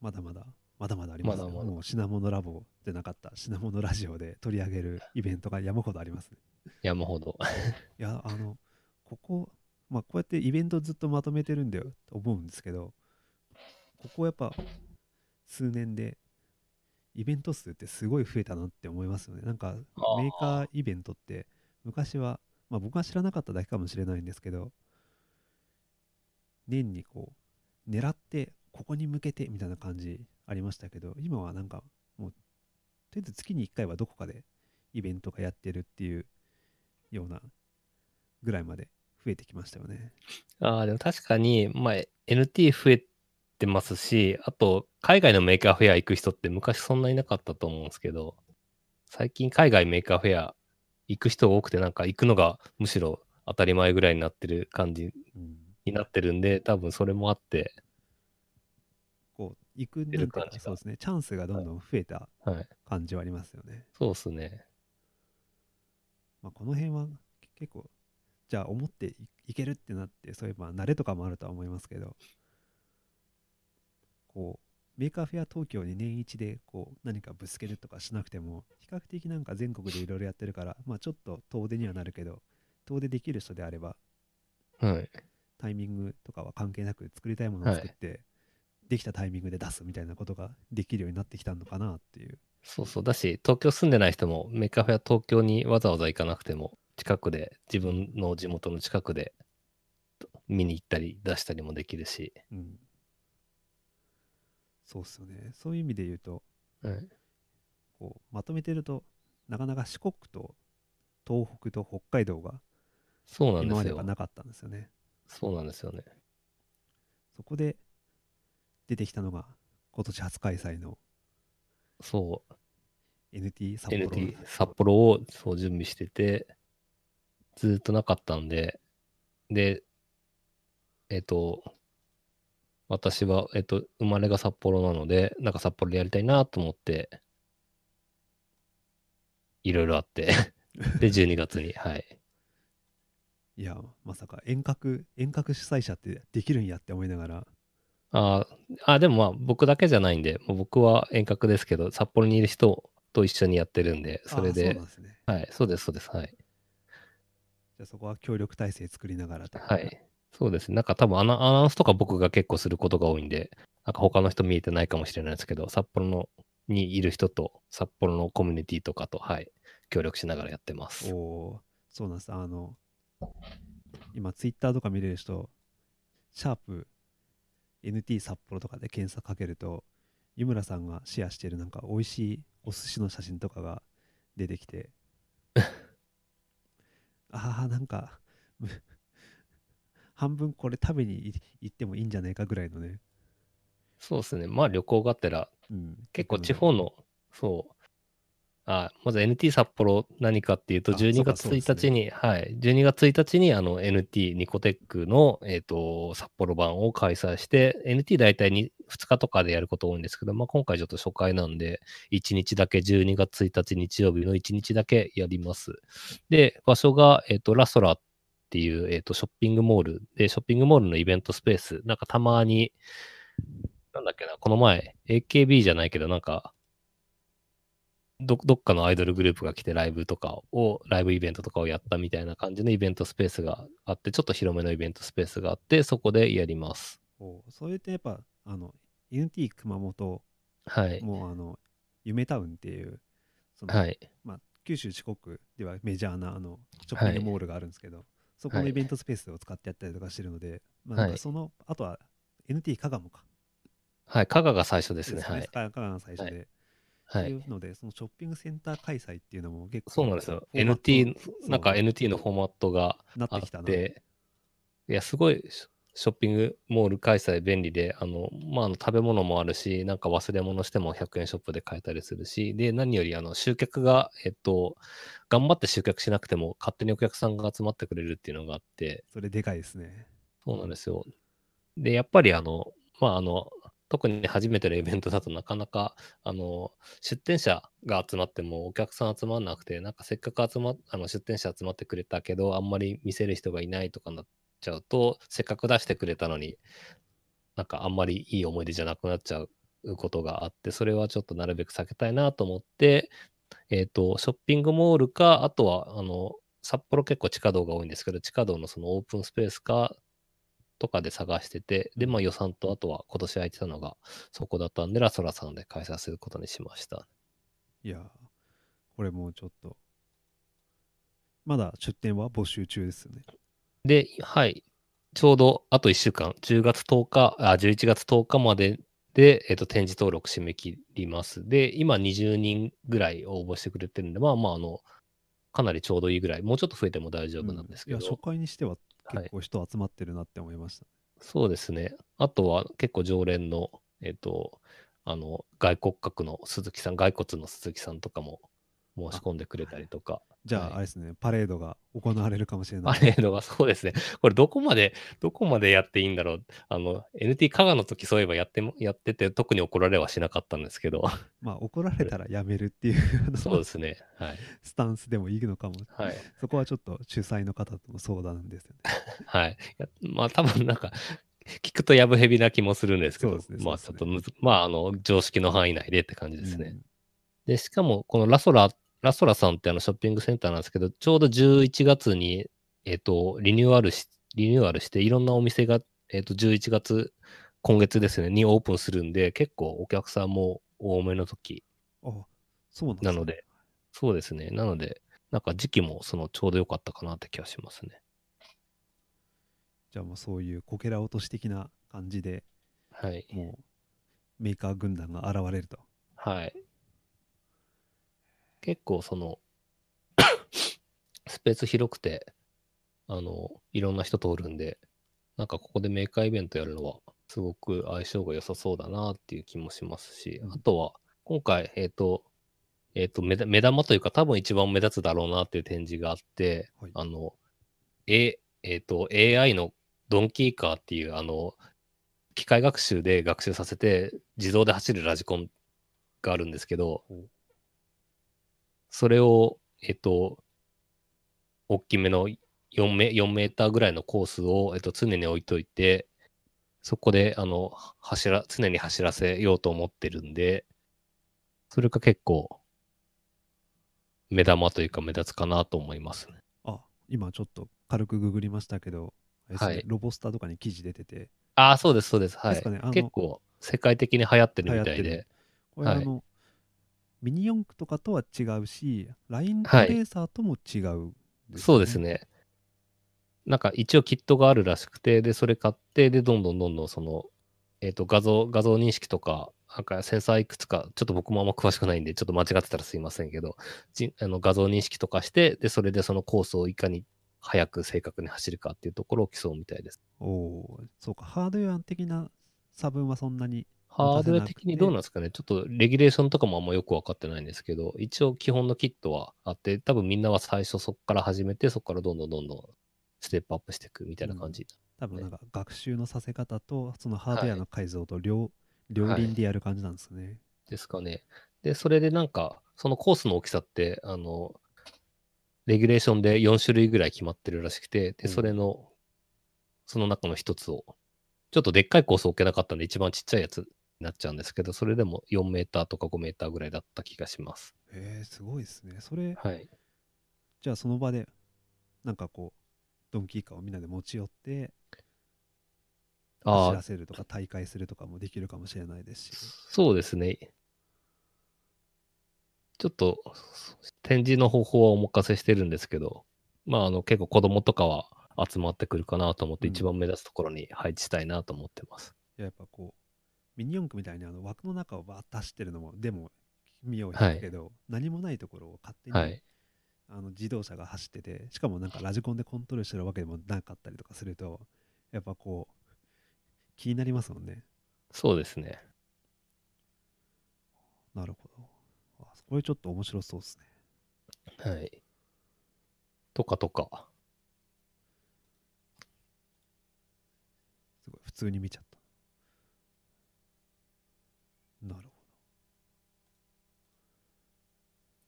まだまだまだまだありますね
まだまだ
もう品物ラボでなかった品物ラジオで取り上げるイベントが山ほどありますね
山ほど。
いやあのここまあこうやってイベントずっとまとめてるんだよと思うんですけどここやっぱ数年でイベント数ってすごい増えたなって思いますよねなんか
あー
メーカーイベントって昔はまあ僕が知らなかっただけかもしれないんですけど年にこう狙ってここに向けてみたいな感じありましたけど今はなんかもうとりあえず月に1回はどこかでイベントがやってるっていうようなぐらいまで増えてきましたよね。
ああ、でも確かに、まあ、NT 増えてますし、あと、海外のメーカーフェア行く人って昔そんなになかったと思うんですけど、最近海外メーカーフェア行く人が多くて、なんか行くのがむしろ当たり前ぐらいになってる感じ
うん、
になってるんで、多分それもあって、
こう行くなんて
出
い
る
うか
感じが
そうですねチャンスがどんどん増えた
はい。
感じはありますよね。
そうですね。
まあ、この辺はけ結構じゃあ思っていいけるってなってそういえば慣れとかもあるとは思いますけどこうメーカーフェア東京に年一でこう何かぶつけるとかしなくても比較的なんか全国でいろいろやってるから、まあ、ちょっと遠出にはなるけど遠出できる人であれば
はい。
タイミングとかは関係なく作りたいものを作って、できたタイミングで出すみたいなことができるようになってきたのかなっていう
そうそう。だし、東京住んでない人も、メーカーフェア東京にわざわざ行かなくても、近くで、自分の地元の近くで、見に行ったり出したりもできるし、
うん、そうっすよねそういう意味で言うと
はい、
こうまとめてるとなかなか四国と東北と北海道が
そうなん
今
で
ますで
よ
は。なかったんですよね
そうなんですよね。
そこで出てきたのが今年初開催の
そう。
NT 札幌
NT 札幌をそう準備してて、ずーっとなかったんで、で、えっ、と、私は、えっ、と、生まれが札幌なので、なんか札幌でやりたいなと思って、いろいろあっ て、で、12月に、はい。
いやまさか遠隔遠隔主催者ってできるんやって思いながら
あーあ、でもまあ、僕だけじゃないんで、もう僕は遠隔ですけど、札幌にいる人と一緒にやってるんで、それ
あーそう
で
なん、ですね
はい、そうです、そうです、はい。
じゃあそこは協力体制作りながらと
はい。そうですね。なんか多分アナアナウンスとか僕が結構することが多いんで、なんか他の人見えてないかもしれないですけど、札幌のにいる人と札幌のコミュニティとかと、はい、協力しながらやってます。
おーそうなんですあの今、ツイッターとか見れる人、シャープ NT 札幌とかで検索かけると、湯村さんがシェアしてるなんか美味しいお寿司の写真とかが出てき て、ああ、なんか、 む半分これ食べに行ってもいいんじゃないかぐらいのね。
そうですね。まあ旅行がてら、
うん、
結構地方の、そう。あ、まず NT 札幌何かっていうと、
あそう
12
か
月
そうですね
1日に、はい。12月1日に、あの、NT ニコテックの、えっ、と、札幌版を開催して、NT 大体に2日とかでやること多いんですけど、まあ今回ちょっと初回なんで、1日だけ、12月1日日曜日の1日だけやります。で、場所が、えっ、と、ラソラっていう、えっ、と、ショッピングモールで、ショッピングモールのイベントスペース、なんかたまに、なんだっけな、この前、AKB じゃないけど、なんか、ど、どっかのアイドルグループが来てライブとかを、ライブイベントとかをやったみたいな感じのイベントスペースがあって、ちょっと広めのイベントスペースがあって、そこでやります。
こうそういうとやっぱあの NT 熊本
はい。
もうあの夢タウンっていうその、
はい。
まあ、九州四国ではメジャーなあのショッピングモールがあるんですけど、そこのイベントスペースを使ってやったりとかしてるので、まあ、なん
は
か
い
その、あとは NT 加賀もか
はい。加賀が最初ですね。はい。
加賀が最初で、
は
ってい
い。
うのでそのショッピングセンター開催っていうのも結構
そうなんですよ。
フォーマット
NT
そう
なんか NT のフォーマットが
な
あ
っ
って
きたな
て、いや、すごいショショッピングモール開催便利で、あの、まあ、あの食べ物もあるし、なんか忘れ物しても100円ショップで買えたりするし、で、何より、あの、集客が、えっと、頑張って集客しなくても、勝手にお客さんが集まってくれるっていうのがあって、
それでかいですね
そうなんですよ。で、やっぱりあの、まああの、特に初めてのイベントだとなかなか、あの、出店者が集まってもお客さん集まんなくて、なんかせっかく集まっ、あの、出店者集まってくれたけど、あんまり見せる人がいないとかなっちゃうと、せっかく出してくれたのに、なんかあんまりいい思い出じゃなくなっちゃうことがあって、それはちょっとなるべく避けたいなと思って、えっ、と、ショッピングモールか、あとは、あの、札幌結構地下道が多いんですけど、地下道のそのオープンスペースか、とかで探してて、で、まあ予算と、あとは今年空いてたのがそこだったんで、ラソラさんで開催することにしました。
いやーこれもうちょっとまだ出店は募集中ですよね
で、はい、ちょうどあと1週間、10月10日、あ、11月10日までで、えっと、展示登録締め切ります。で、今20人ぐらい応募してくれてるんで、まあまあ、あの、かなりちょうどいいぐらい、もうちょっと増えても大丈夫なんですけど、
うんいや初回にしては結構人集まってるなって思いました、
そうですね。あとは結構常連の、えっ、と、あの、外骨格の鈴木さん、骸骨の鈴木さんとかも申し込んでくれたりとか。
じゃあ、
はい
あれですねパレードが行われるかもしれ
パ
ない
レードがそうですね。これどこまで、どこまでやっていいんだろう。あの、NT 加賀の時そういえばやっても、やってて特に怒られはしなかったんですけど。
まあ怒られたらやめるっ ていうあの
そうですね。はい。
スタンスでもいいのかも
はい。
そこはちょっと主催の方との相談ですよね
はい。いやまあ多分なんか、聞くとやぶへびな気もするんですけど、
そうですね
まあち
そ
ょ
う
っ
です
と
ね
むず、まああの、常識の範囲内でって感じですね。
うん
で、しかも、このラソラ、ラソラさんってあのショッピングセンターなんですけど、ちょうど11月に、えっ、と、リニューアルし、リニューアルして、いろんなお店が、えっ、と、11月、今月ですね、にオープンするんで、結構お客さんも多めの時
あそうなんす
な
ね
ので、そうですね。なので、なんか時期もそのちょうど良かったかなって気がしますね。
じゃあもうそういうこけら落とし的な感じで
はい。
もうメーカー軍団が現れると
はい。結構その、スペース広くて、あの、いろんな人通るんで、なんかここでメーカーイベントやるのは、すごく相性が良さそうだなっていう気もしますし、
うん
あとは、今回、えっ、と、えっ、と目だ、目玉というか、多分一番目立つだろうなっていう展示があって、
はい
あの、え、えっ、と、AI のドンキーカーっていう、あの、機械学習で学習させて、自動で走るラジコンがあるんですけど
ほう、
それを、えっと、大きめの4メ ,4 メーターぐらいのコースを、えっと、常に置いといて、そこで、あの、走ら、常に走らせようと思ってるんで、それが結構、目玉というか目立つかなと思いますね。
あ今ちょっと軽くググりましたけどあれですね
はい
ロボスタとかに記事出てて
ああ、そうです、そうです。は
です
い
かねあの。
結構、世界的に流行って
流
る
行
み
って
たい
る
で。
これあ
はい
の、ミニ四駆とかとは違うし、ライント
はい
レーサーとも違う、
そうです。ね。なんか一応キットがあるらしくて、で、それ買って、で、どんどんどんどんその、えっ、と、画像、画像認識とか、なんかセンサーいくつか、ちょっと僕もあんま詳しくないんで、ちょっと間違ってたらすいませんけど、じあの画像認識とかして、で、それでそのコースをいかに早く正確に走るかっていうところを競うみたいです。
おおーそうか、ハードウェア的な差分はそんなに。
ハードウェア的にどうなんですかねちょっとレギュレーションとかもあんまよくわかってないんですけど、一応基本のキットはあって、多分みんなは最初そこから始めて、そこからどんどんどんどんステップアップしていくみたいな感じ。
多分なんか学習のさせ方と、そのハードウェアの改造と両,、両輪でやる感じなんですね。
ですかね。で、それでなんか、そのコースの大きさって、あの、レギュレーションで4種類ぐらい決まってるらしくて、
う
で、
ん
それの、その中の一つを、ちょっとでっかいコースを置けなかったんで、一番ちっちゃいやつになっちゃうんですけど、それでも4メーターとか5メーターぐらいだった気がします。
えー、すごいですね。それ、
はい。
じゃあその場で、なんかこう、ドンキーカーをみんなで持ち寄って、走
あ
ら
あ、
せるとか大会するとかもできるかもしれないですし。
そうですね。ちょっと、展示の方法はお任せしてるんですけど、まあ、あの、結構子供とかは集まってくるかなと思って、
うん
一番目立つところに配置したいなと思ってます。
いややっぱこうミニ四駆みたいにあの枠の中をバーッと走ってるのもでも見ようだけど、何もないところを勝手に、
はい。
あの自動車が走っててしかもなんかラジコンでコントロールしてるわけでもなかったりとかするとやっぱこう気になりますもんね
そうですね。
なるほどあこれちょっと面白そうですね
はい。とかとか。
すごい普通に見ちゃったなるほ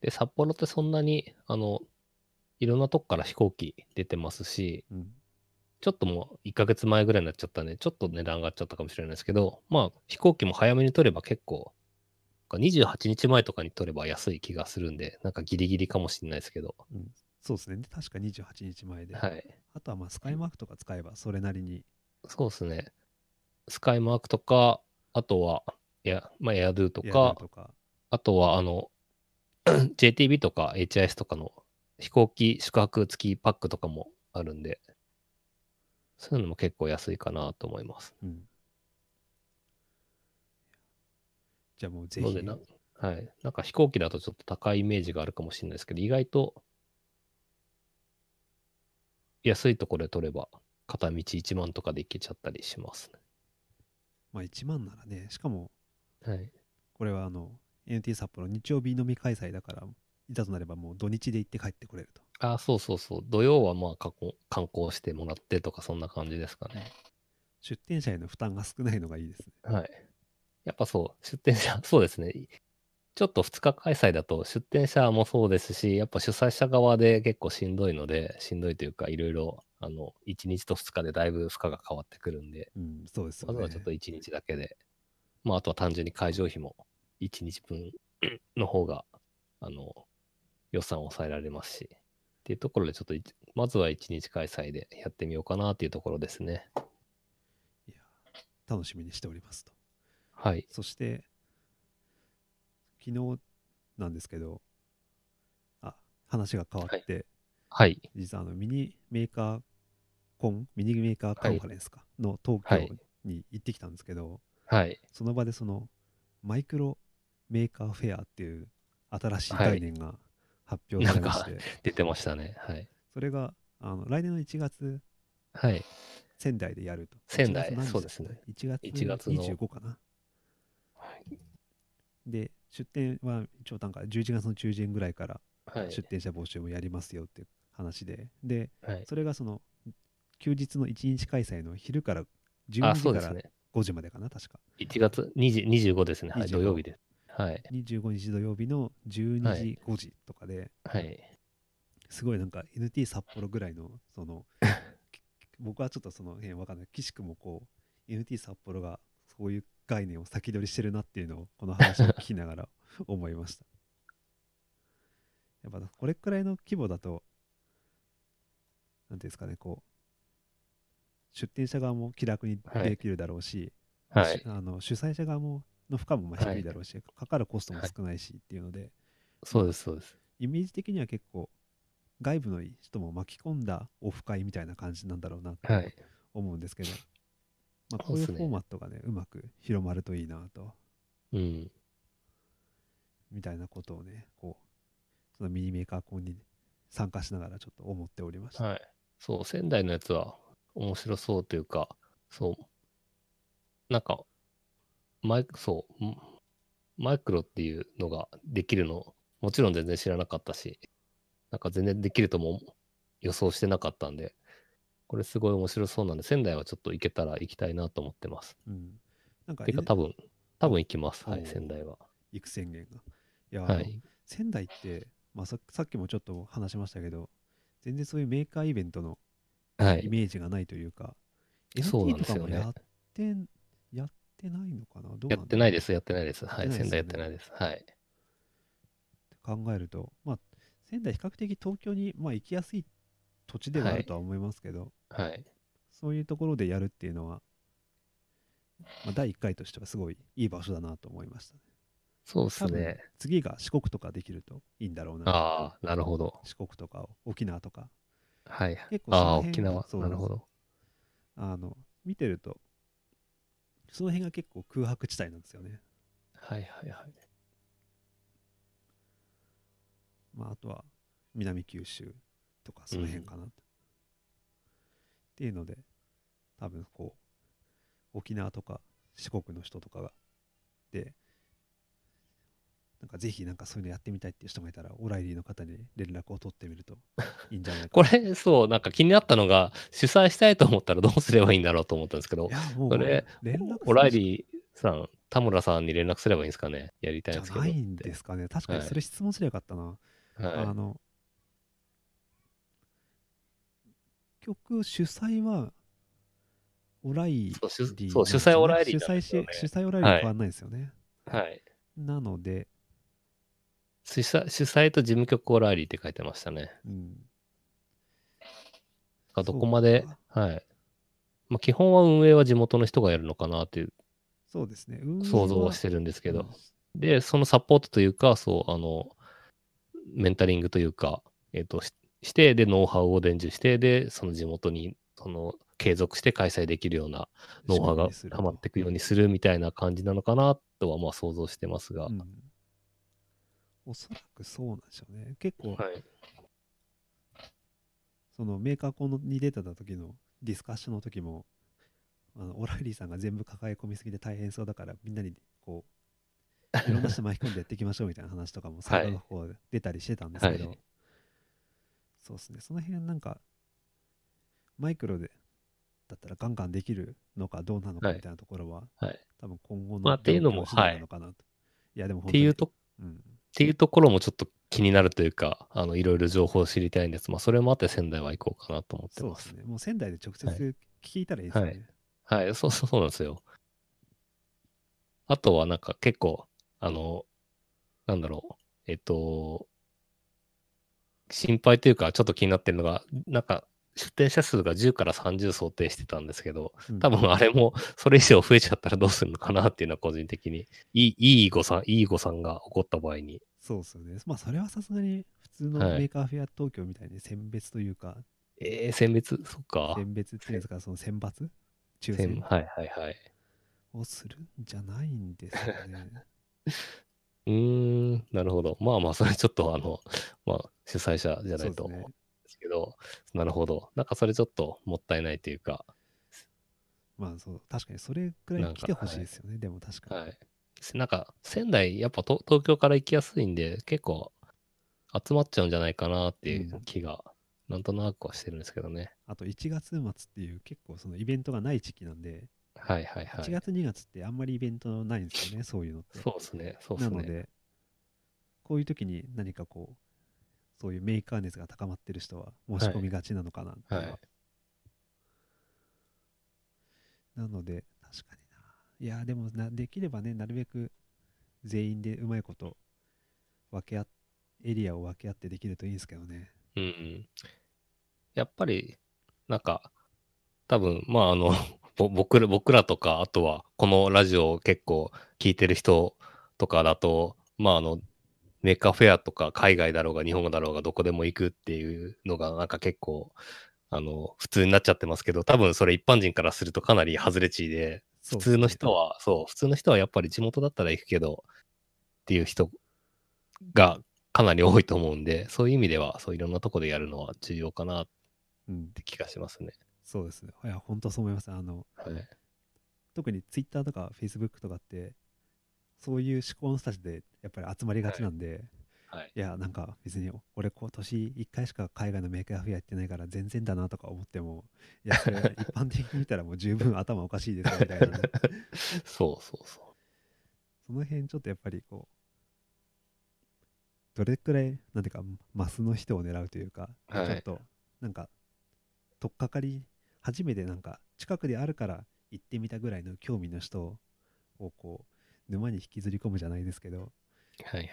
で、札幌ってそんなに、あの、いろんなとこから飛行機出てますし、
ど、うん、
ちょっともう1ヶ月前ぐらいになっちゃったんで、ちょっと値段上がっちゃったかもしれないですけど、まあ、飛行機も早めに取れば結構、28日前とかに取れば安い気がするんで、なんかギリギリかもしれないですけど、
そうですね確か28日前で、
はい。
あとはまあスカイマークとか使えばそれなりに
そうですね。スカイマークとか、あとは、いや、まあ、エアドゥと
やれる
か、
とか
あとは、あの、JTB とか HIS とかの飛行機宿泊付きパックとかもあるんで、そういうのも結構安いかなと思います。
うんじゃあもうぜ
の
ひ
でな、はい。なんか飛行機だとちょっと高いイメージがあるかもしれないですけど、意外と安いところで取れば、片道1万とかで行けちゃったりします
まあ1万ならね、しかも
ね。はい。
これはあの NT 札幌日曜日飲み開催だから、いざとなればもう土日で行って帰ってこれると。
あ、そうそうそう。土曜はまあ観光観光してもらってとか、そんな感じですかね。
出店者への負担が少ないのがいいですね。
はい。やっぱそう、出店者、 そうですね。ちょっと2日開催だと、出店者もそうですし、やっぱ主催者側で結構しんどいので、しんどいというか、いろいろ、あの、1日と2日でだいぶ負荷が変わってくるんで、
うん、そうですよ
まず
ね。
はちょっと1日だけで、まあ、あとは単純に会場費も1日 分の方が、あの、予算を抑えられますし、っていうところで、ちょっとい、まずは1日開催でやってみようかなっていうところですね。
いや楽しみにしておりますと。
はい。
そして、昨日なんですけど、あ、話が変わって、
はい。
実はあのミニメーカーコン、ミニメーカーカンファレンスか、の東
はい
京に行ってきたんですけど、
はい。
その場でそのマイクロメーカーフェアっていう新しい概念が発表されまして、
出てましたね。はい。
それがあの来年の1月
はい。
仙台でやると。
仙台
1月何日
そうですね。
1月
1月の
25かな。で、出店は一応なんか11月の中旬ぐらいから
はい。
出店者募集もやりますよっていう話で、で、
はい、
それがその休日の1日開催の昼から12
あ、そ
時
うで
か
す
ら
ね。
5時までかな、確か。
1月20 25ですね。はい。
25
土曜日です。はい。
25日土曜日の12
は
時
い、
5時とかで、
はい。
すごいなんか NT 札幌ぐらいの そのき僕はちょっとその辺わかんない岸くもこう NT 札幌がそういう概念を先取りしてるなっていうのをこの話を聞きながら思いましたやっぱこれくらいの規模だとなんていうんですかねこう出店者側も気楽にできるだろうし、
はい
し。あの主催者側もの負荷もまあ低いだろうし、かかるコストも
はい
少ないしっていうので、
そうです、そうです。
イメージ的には結構外部の人も巻き込んだオフ会みたいな感じなんだろうなと
はい。
思うんです けど、
そ
まあ、こ
う
う
っ
いう
す
フ
ね
ォーマットがねうまく広まるといいなと
うん。
みたいなことをねこうそのミニメーカーコンに参加しながらちょっと思っておりました、
はい。そう、仙台のやつは面白そうというか、そう、なんか、マイク、そう、んマイクロっていうのができるの、もちろん全然知らなかったし、なんか全然できるとも予想してなかったんで、これすごい面白そうなんで、仙台はちょっと行けたら行きたいなと思ってます。
うん、なんか
てか
い
多分、多分行きます。は
お
い、
ー
仙台は。
行く宣言がいや、
はい。
仙台って、まあ、ささっきもちょっと話しましたけど全然そういうメーカーイベントの
は
イ
い。
メージがないというか、
そうなん
NFT
です
とか
よ
も
ね
やってん、やってないのかな
や
どうなんだろう
ってないです、やってないです。
や
は
って
い、
ないですよ
仙
ね
台やってないです。はい。
考えると、まあ、仙台比較的東京に、まあ、行きやすい土地ではあるとは思いますけど、
はい。
そういうところでやるっていうのは、まあ、第1回としてはすごいいい場所だなと思いましたね。
そうです
多分
ね。
次が四国とかできるといいんだろうな。
ああ、なるほど。
四国とか沖縄とか。
はい。
結構そ
あ
の
あ、
辺
沖縄。
そう
なんる
で
ほ
す
ど。
あの、見てると、その辺が結構空白地帯なんですよね。
はいはいはい。
まあ、あとは南九州とかその辺かな、っていうので多分こう沖縄とか四国の人とかがでなんかぜひなんかそういうのやってみたいっていう人がいたらオライリーの方に連絡を取ってみるといいんじゃないか
これ、そう、なんか気になったのが、主催したいと思ったらどうすればいいんだろうと思ったんですけど
い、やもう
それ
連絡
オライ
ー
リーさん、田村さんに連絡すればいいんですかねやりたい
じ
ん
ゃ
ですけど。
ないんですかね確かに
はい
それ質問すりゃよかったな、あ
は
の曲主催はオライ
い。そう、主
リー
そう主催オライリー
主
なん
催
ですよ
し
ね。
主催オライリー変わんないですよね、
はい。
なので、
主催主催と事務局オライリーって書いてましたね。
うん、
なんかどこまで
そう、
はい。まあ、基本は運営は地元の人がやるのかなっていう
そうですね
想像はしててるんですけど、で、そのサポートというか、そう、あの、メンタリングというか、えっ、と、しして、で、ノウハウを伝授して、で、その地元に、その、継続して開催できるようなノウハウが溜まっていくようにするみたいな感じなのかなとは、まあ、想像してますが。
うん、おそらくそうなんでしょうね結構、
はい。
そのメーカーコンに出てた時のディスカッションの時もあのオライリーさんが全部抱え込みすぎて大変そうだからみんなにこういろんな人巻き込んでやっていきましょうみたいな話とかも最後の方で出たりしてたんですけど、
はい
そうですねその辺なんかマイクロでだったらガンガンできるのかどうなのか
はい
みたいなところは、
はい
多分今後の
まあっていうのも
状況次第なのかなと、い、やでも
っ
本当
て
に
いうと、っ
うん、
ていうところもちょっと気になるというか、あの、いろいろ情報を知りたいんです。まあ、それもあって仙台は行こうかなと思って
そう
ま。
ですすねもう仙台で直接聞いたらいいですよね、
はいはい、そうそう そうなんですよ。あとはなんか結構、あの、なんだろう、えっと、心配というかちょっと気になってるのが、なんか出店者数が10から30想定してたんですけど、
うん
多分あれもそれ以上増えちゃったらどうするのかなっていうのは個人的に、いい、いい誤算、いい誤算が起こった場合に。
そうですよね。まあ、それはさすがに普通の
はい
メーカーフェア東京みたいに選別というか、
ええー、選別、そっか。
選別っていうんですか、その選抜抽
選
選
はいはいはい。
をするんじゃないんですよね。
うーん、なるほど。まあまあ、それちょっとあの、まあ、主催者 じゃない
そ
と
うですね
ですけど、なるほど。なんかそれちょっともったいないというか、
まあ、そう、確かにそれくらい来てほしいですよね。でも確かに。
はい。なんか仙台、やっぱと東京から行きやすいんで、結構集まっちゃうんじゃないかなっていう気が、なんとなくはしてるんですけどね。
あと1月末っていう結構そのイベントがない時期なんで、
はいはいは
1
い。
月2月ってあんまりイベントない んですよね、そういうのって。
そうですね、そうで
な
す
の
ね。
で、こういう時に何かこう、そういうメーカー熱が高まってる人は申し込みがちなのかなっていうのは
はい
なので、確かにな。いや、でもな、できればね、なるべく全員でうまいこと分け合っエリアを分け合ってできるといいんですけどね。
うんうん。やっぱり、なんか、多分、まああの、 ぼ僕ら、僕らとか、あとは、このラジオを結構聞いてる人とかだと、まああの、メカフェアとか海外だろうが日本だろうがどこでも行くっていうのがなんか結構あの普通になっちゃってますけど多分それ一般人からするとかなり外れ値で
普
普通の人はそう普通の人はやっぱり地元だったら行くけどっていう人がかなり多いと思うんでそういう意味ではそういろんなとこでやるのは重要かなっ
うん、
て気がしますね。
そうですね。いや、本当そう思います。あの、
はい、
特に Twitter とか Facebook とかって、そういう思考の人たちでやっぱり集まりがちなんで、い
はい、
や、なんか別に俺今年1回しか海外のメーカーフェアやってないから全然だなとか思っても、いや、それは一般的に見たらもう十分頭おかしいですよみたいなね、
そうそうそう。
その辺ちょっとやっぱりこう、どれくらい、なんていうか、マスの人を狙うというか、
はい
ちょっと、なんか、とっかかり、初めてなんか、近くであるから行ってみたぐらいの興味の人を、こう、沼に引きずり込むじゃないですけど、
はいはい。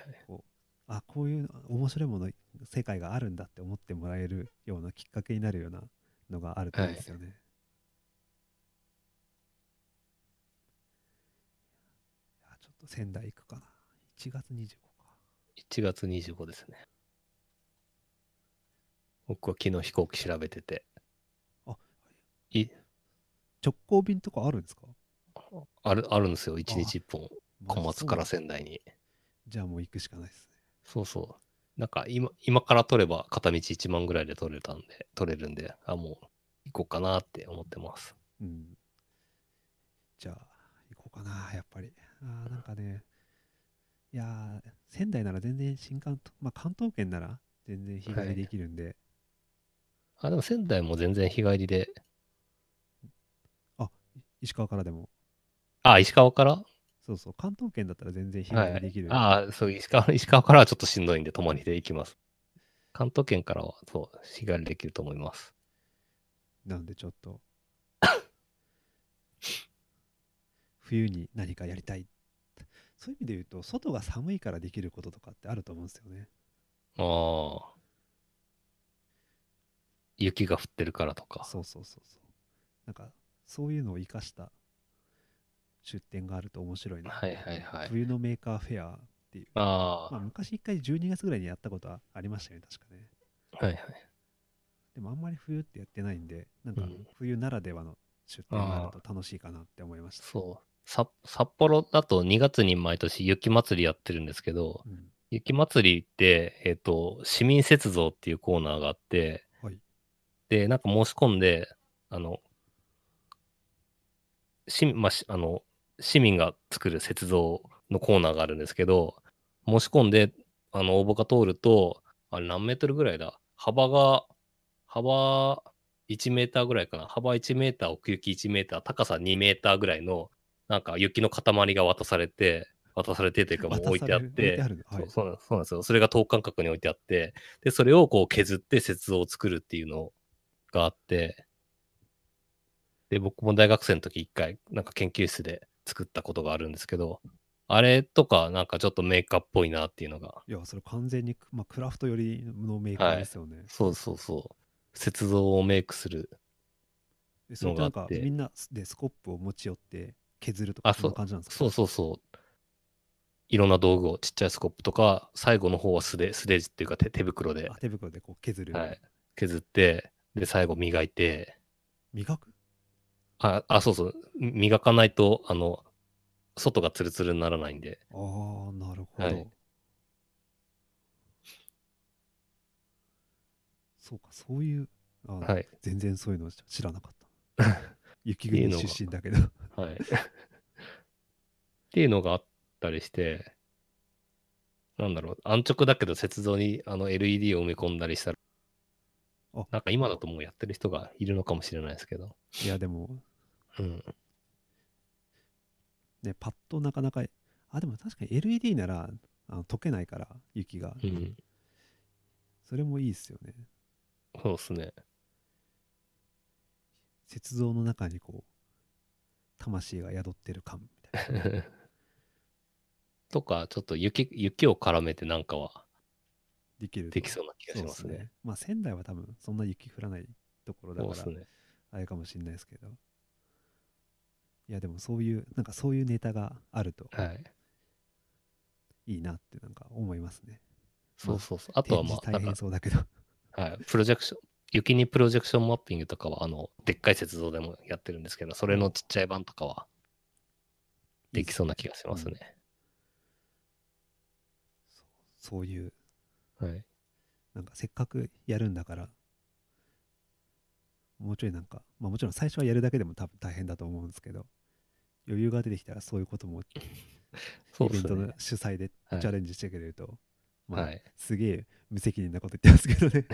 あ、こういう面白いもの、世界があるんだって思ってもらえるようなきっかけになるようなのがあるといいですよね。いやちょっと仙台行くかな。1月25日か。
1月25ですね。僕は昨日飛行機調べてて。
あ
い
直行便とかあるんですか
ある、あるんですよ。1日1本。小松から
まあそう
仙台に。
じゃあもう行くしかないですね。
そうそう。なんか今、今から取れば片道1万ぐらいで取れたんで、取れるんで、あ、もう行こうかなって思ってます。
うん。じゃあ行こうかな、やっぱり。あーなんかね、いやー仙台なら全然新幹、まあ関東圏なら全然日帰りできるんで、
あ、でも仙台も全然日帰りで、
石川からでも。
あ、石川から
そうそう、関東圏だったら全然日帰
はい
りできる。
ああ、そう、石川、石川からはちょっとしんどいんで、泊まりで行きます。関東圏からは、そう、日帰りできると思います。
なんでちょっと、冬に何かやりたい。そういう意味で言うと、外が寒いからできることとかってあると思うんですよね。
ああ。雪が降ってるからとか。
そうそうそうそう。なんか、そういうのを生かした出店があると面白いな。
はいはいはい。
冬のメーカーフェアっていう。
あ
まあ、昔一回12月ぐらいにやったことはありましたよね、確かね。
あ。はいはい。
でもあんまり冬ってやってないんで、なんか
うん
冬ならではの出店があると楽しいかなって思いました。
そう。さ札幌だと2月に毎年雪祭りやってるんですけど、
うん
雪祭りって、えっ、と、市民雪像っていうコーナーがあって、
はい
で、なんか申し込んで、あの、市民、まあ、しあの、市民が作る雪像のコーナーがあるんですけど、申し込んで、あの、応募が通ると、あれ何メートルぐらいだ幅が、幅1メーターぐらいかな幅1メーター、奥行き1メーター、高さ2メーターぐらいの、なんか雪の塊が渡されて、渡されてというかもう置いてあっ
渡される置い
て
て、あるのはい
そうそうなんそうなんですよ。それが等間隔に置いてあって、で、それをこう削って雪像を作るっていうのがあって、で、僕も大学生の時一回、なんか研究室で作ったことがあるんですけど、あれとかなんかちょっとメーカーっぽいなっていうのが、
いや、それ完全に、まあ、クラフト寄りのメーカーですよね。
そうそうそう、雪像をメイクする。
でそれってなんか
のがあって
みんなでスコップを持ち寄って削ると
あ
か
そう
そんな感じなんですか
そうそうそう。いろんな道具を、ちっちゃいスコップとか、最後の方は素手、素手っていうか手手袋で
あ、手袋でこう削る。
はい削って、で、最後磨いて、
磨く
あ、あ、そうそう。み磨かないと、あの、外がツルツルにならないんで。
ああ、なるほど、
はい
そうか、そういう、あ
はい。
全然そういうの知らなかった。 雪
っていう
国
のが
出身だけど。
はい。 っていうのがあったりして、なんだろう。安直だけど、雪像にあの LED を埋め込んだりしたら
あ、
なんか今だともうやってる人がいるのかもしれないですけど。
いや、でも、
うん。
ね、パッとなかなか、あ、でも確かに LED ならあの溶けないから、雪が。
うん。
それもいいですよね。
そうですね。
雪像の中にこう、魂が宿ってる感みたいな。
とか、ちょっと雪、雪を絡めてなんかは
できると。
できそうな気が
そ
し
う
ま
です
ね。。
まあ仙台は多分そんな雪降らないところだ
そう
か
です、
ら
ね。
あれかもしれないですけど。いやでもそういう、なんかそういうネタがあると
はい。
いいなってなんか思いますね。
そうそうそう。あとはまあ、
展
な
示
ん
大
か
変、そうだけど。
はい、プロジェクション、雪にプロジェクションマッピングとかは、あの、でっかい雪像でもやってるんですけど、それのちっちゃい版とかはできそうな気がしますね。
そういう、
はい。
なんかせっかくやるんだから、もうちょいなんか、まあもちろん最初はやるだけでも多分大変だと思うんですけど、余裕が出てきたらそういうこともイ
そう
ベ
で
ン
す
ト
ね
の。主催でチ
はい
ャレンジしてくれると、まあ
はい。
すげえ無責任なこと言ってますけど ね。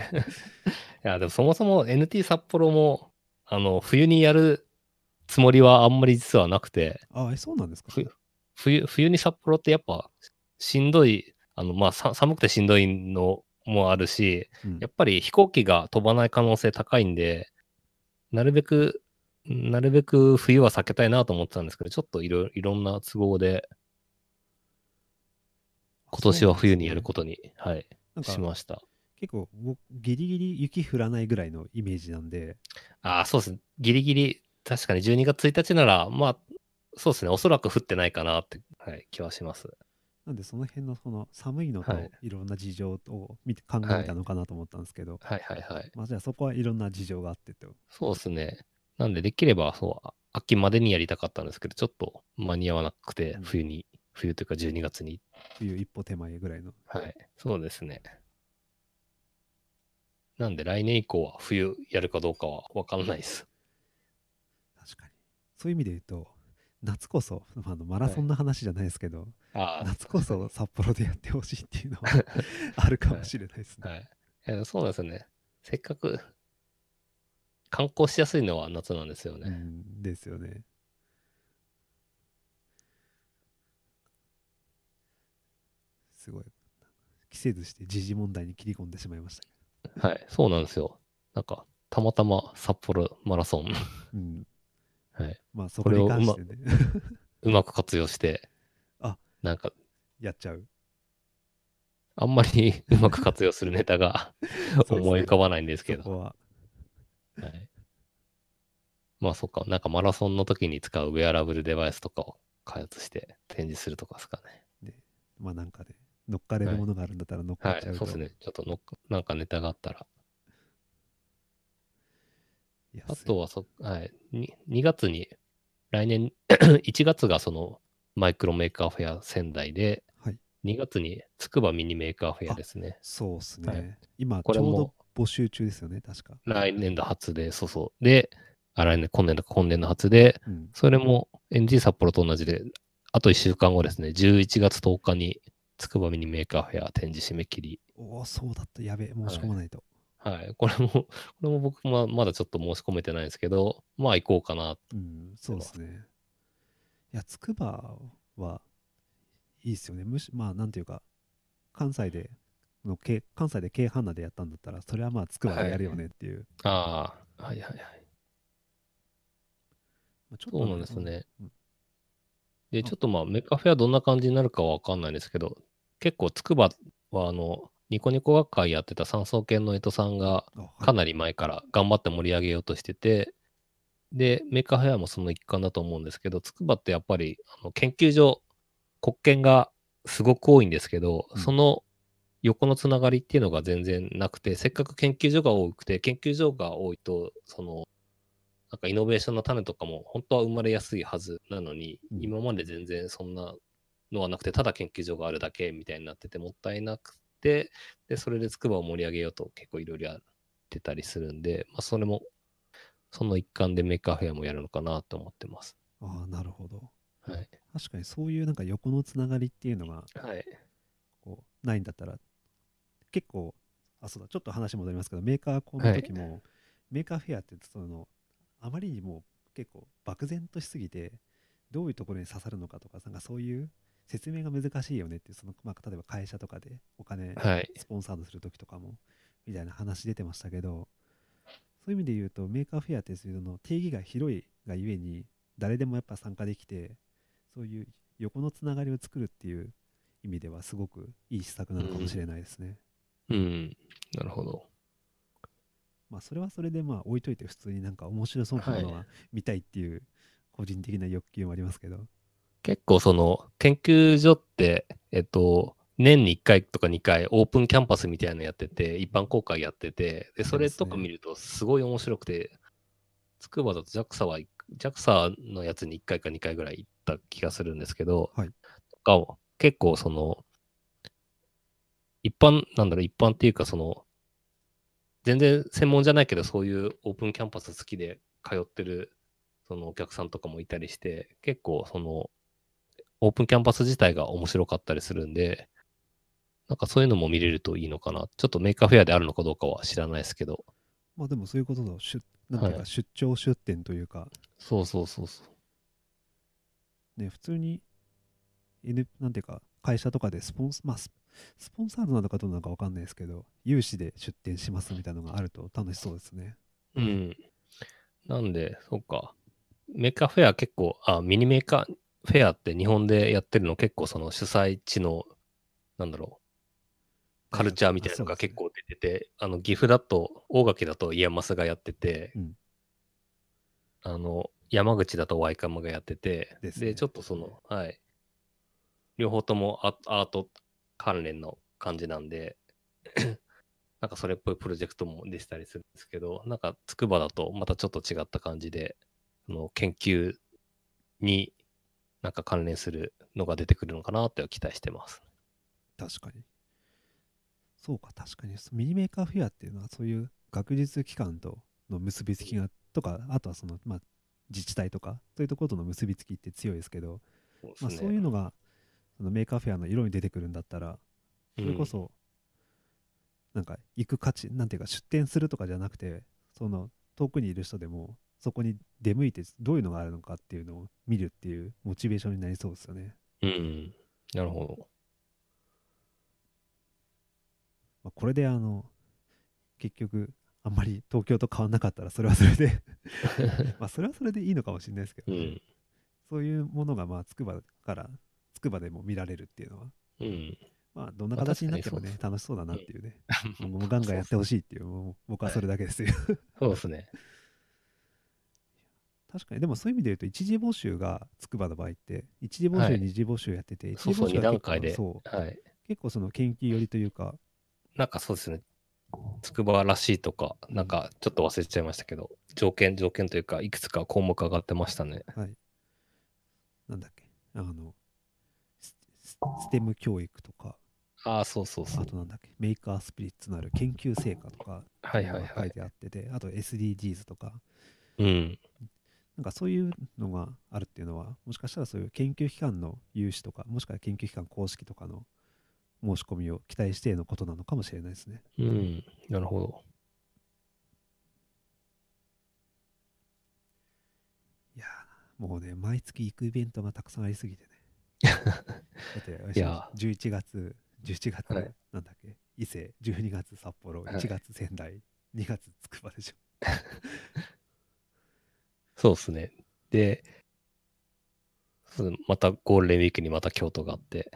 いや、でもそもそも NT 札幌も、あの、冬にやるつもりはあんまり実はなくて、
ああ、えそうなんですか。
ふ冬、冬に札幌ってやっぱしんどい、あの、まあ、さ寒くてしんどいのもあるし、
うん
やっぱり飛行機が飛ばない可能性高いんで、なるべく、なるべく冬は避けたいなと思ってたんですけど、ちょっといろいろんな都合で、今年は冬にやることに、はい、
なん
し
か
ました。
結構僕ギリギリ雪降らないぐらいのイメージなんで、
ああ、そうですね。ギリギリ、確かに12月1日なら、まあ、そうですね。おそらく降ってないかなって、はい、気はします。
なんでその辺のその寒いのと
はい
いろんな事情を見て考えたのかなと思ったんですけど、
はいはいはい。
まあじゃあそこはいろんな事情があってと。
そうですね。なんで、できれば、そう、あ秋までにやりたかったんですけど、ちょっと間に合わなくて
う、ん
冬に、冬というか12月に。
冬一歩手前ぐらいの。
はい。そうですね。なんで、来年以降は冬やるかどうかはわかんない です。
確かに。そういう意味で言うと、夏こそ、まああのマラソンの話じゃないですけど、
あ
夏こそ札幌でやってほしいっていうの はあるかもしれないです
あ、
ね。
はい。いやそうなんですよね。せっかく、観光しやすいのは夏なんですよね。
うんですよね。すごい。季節して時事問題に切り込んでしまいましたけ
はい、そうなんですよ。なんか、たまたま札幌マラソン、
ど。うん。
はい、
まあそこに関してね、
うまく活用して、
あ
なんか、
やっちゃう。
あんまり うまく活用するネタが
そうですね
思い浮かばないんですけ
そ
ど、
こは。
はい、まあそっか、なんかマラソンの時に使うウェアラブルデバイスとかを開発して展示するとかですかね。
まあなんかで、乗っかれるものがあるんだったら乗っか
は
っ
い
ちゃ、う
そ
と。
うですね。ちょっとのっなんかネタがあったら。
いや
あ
すごい
とはそ、はい、に2月に、来年 1月がそのマイクロメーカーフェア仙台で、
はい
2月につくばミニメーカーフェアですね。
そうですね。
はい
今、ちょ
こ
う
れも
ど募集中ですよね、確か。
来年度初で、そうそう。で、あ来年、今年度か今年度初で、
うん。
それも NG 札幌と同じで、あと1週間後ですね、11月10日につくばミニメーカーフェア展示締め切り。
おお、そうだった。やべえ、申し込まないと。
はい、これも、 これも僕もまだちょっと申し込めてないんですけど、まあ行こうかな。
うん、そうですね。いや、つくばはいいっすよね。むし、まあ、なんていうか、関西で、のけ関西で京阪奈でやったんだったら、それはまあ、つくばでやるよねっていう。
ああ、はいはいはい。
まあちょっと
そうなんですね
うん。
で、ちょっとまあ、メカフェはどんな感じになるかはわかんないんですけど、結構、つくばは、あの、ニコニコ学会やってた三層犬の江戸さんが、
あはい
かなり前から頑張って盛り上げようとしてて、で、メカフェアもその一環だと思うんですけど、つくばってやっぱり、あの研究所、国権がすごく多いんですけど、
うん
その横のつながりっていうのが全然なくて、せっかく研究所が多くて、研究所が多いと、その、なんかイノベーションの種とかも本当は生まれやすいはずなのに、
うん
今まで全然そんなのはなくて、ただ研究所があるだけみたいになっててもったいなくて、で、それでつくばを盛り上げようと結構いろいろやってたりするんで、まあ、それも、その一環でメーカーフェアもやるのかなと思ってます。
ああ、なるほど。
はい。
確かに、そういうなんか横のつながりっていうのが、
はい。
こうないんだったら結構あそうだちょっと話戻りますけどメーカーコンの時も、メーカーフェアってそのあまりにも結構漠然としすぎてどういうところに刺さるのかとかなんかそういう説明が難しいよねっていうその、まあ、例えば会社とかでお金
はい。
スポンサードする時とかもみたいな話出てましたけどそういう意味で言うとメーカーフェアっていうの定義が広いがゆえに誰でもやっぱ参加できてそういう横のつながりを作るっていう意味ではすごくいい施策なのかもしれないですね。
うん。なるほど。
まあそれはそれでまあ置いといて普通になんか面白そうなもの
は
は見たいっていう個人的な欲求もありますけど。
結構その研究所ってえっと、年に1回とか2回オープンキャンパスみたいなのやってて、一般公開やってて、で、それとか見るとすごい面白くて、つくばだと JAXA は、JAXA のやつに1回か2回ぐらい行った気がするんですけど、
はい
なんか結構その、一般、なんだろう、一般っていうかその、全然専門じゃないけど、そういうオープンキャンパス好きで通ってる、そのお客さんとかもいたりして、結構その、オープンキャンパス自体が面白かったりするんで、なんかそういうのも見れるといいのかな。ちょっとメーカーフェアであるのかどうかは知らないですけど。
まあでもそういうことだ。出なんていう
は
か出張出店というか、
そうそうそうそう。
ね、普通に、N、なんていうか、会社とかでスポンス、まあス、スポンサードなのかどうなのかわかんないですけど、有志で出店しますみたいなのがあると楽しそうですね。
うん。なんで、そうか。メーカーフェア結構、あ、ミニメーカーフェアって日本でやってるの結構その主催地の、なんだろう、カルチャーみたいなのが結構出てて、あの、岐阜だと、大垣だとイヤマスがやってて、
うん
あの、山口だとワイカムがやってて、
で
で,、
すね
ちょっとその、はい。両方ともアアート関連の感じなんで、 なんかそれっぽいプロジェクトもでしたりするんですけど、なんか筑波だとまたちょっと違った感じで、あの研究になんか関連するのが出てくるのかなっては期待してます。
確かに。そうか、確かに。ミニメーカーフェアっていうのは、そういう学術機関との結びつきが、とか、あとはその、まあ、自治体とか、そういうところとの結びつきって強いですけど、
そう
まあ、そういうのが、そのメーカーフェアの色に出てくるんだったら、それこそ、なんか行く価値なんていうか出店するとかじゃなくてその遠くにいる人でもそこに出向いてどういうのがあるのかっていうのを見るっていうモチベーションになりそうですよね、
うん、うん。なるほど。
まあ、これであの結局あんまり東京と変わんなかったらそれはそれで まあそれはそれでいいのかもしれないですけ
う
どね、
ん。
そういうものがまあ筑波から筑波でも見られるっていうのは
うん。
まあどんな形になっても
まあ
ね
確
楽しそうだなっていうね、もうガンガンやってほしいっていうもう僕はそれだけですよ
そうですね。
確かにでもそういう意味で言うと一次募集が筑波の場合って一次募
は
集
い
二次募集やってて、一
そう
次
そう
募集
二
は
段
結構
階で
そう
はい。
結構その研究寄りというか
なんかそうですね。筑波らしいとか、なんかちょっと忘れちゃいましたけど、条件、条件というか、いくつか項目上がってましたね。
はいなんだっけあのススステム教育とか
ああ、そうそうそ
あ
う。
となんだっけメーカースピリッツのある研究成果とか
はいはい
書
はいい。
てあってて、あと SDGs とか
うん。
なんかそういうのがあるっていうのはもしかしたらそういう研究機関の有志とかもしくは研究機関公式とかの申し込みを期待してのことなのかもしれないですね
うん。なるほど。
いやーもうね、毎月行くイベントがたくさんありす ぎてね。だってあれでし
い
ょ、
や
11月、11月、
はい
なんだっけ、伊勢、12月札幌、
はい
1月仙台、2月つくばでしょ。
そうですね。で、そうまたゴールデンウィークにまた京都があって、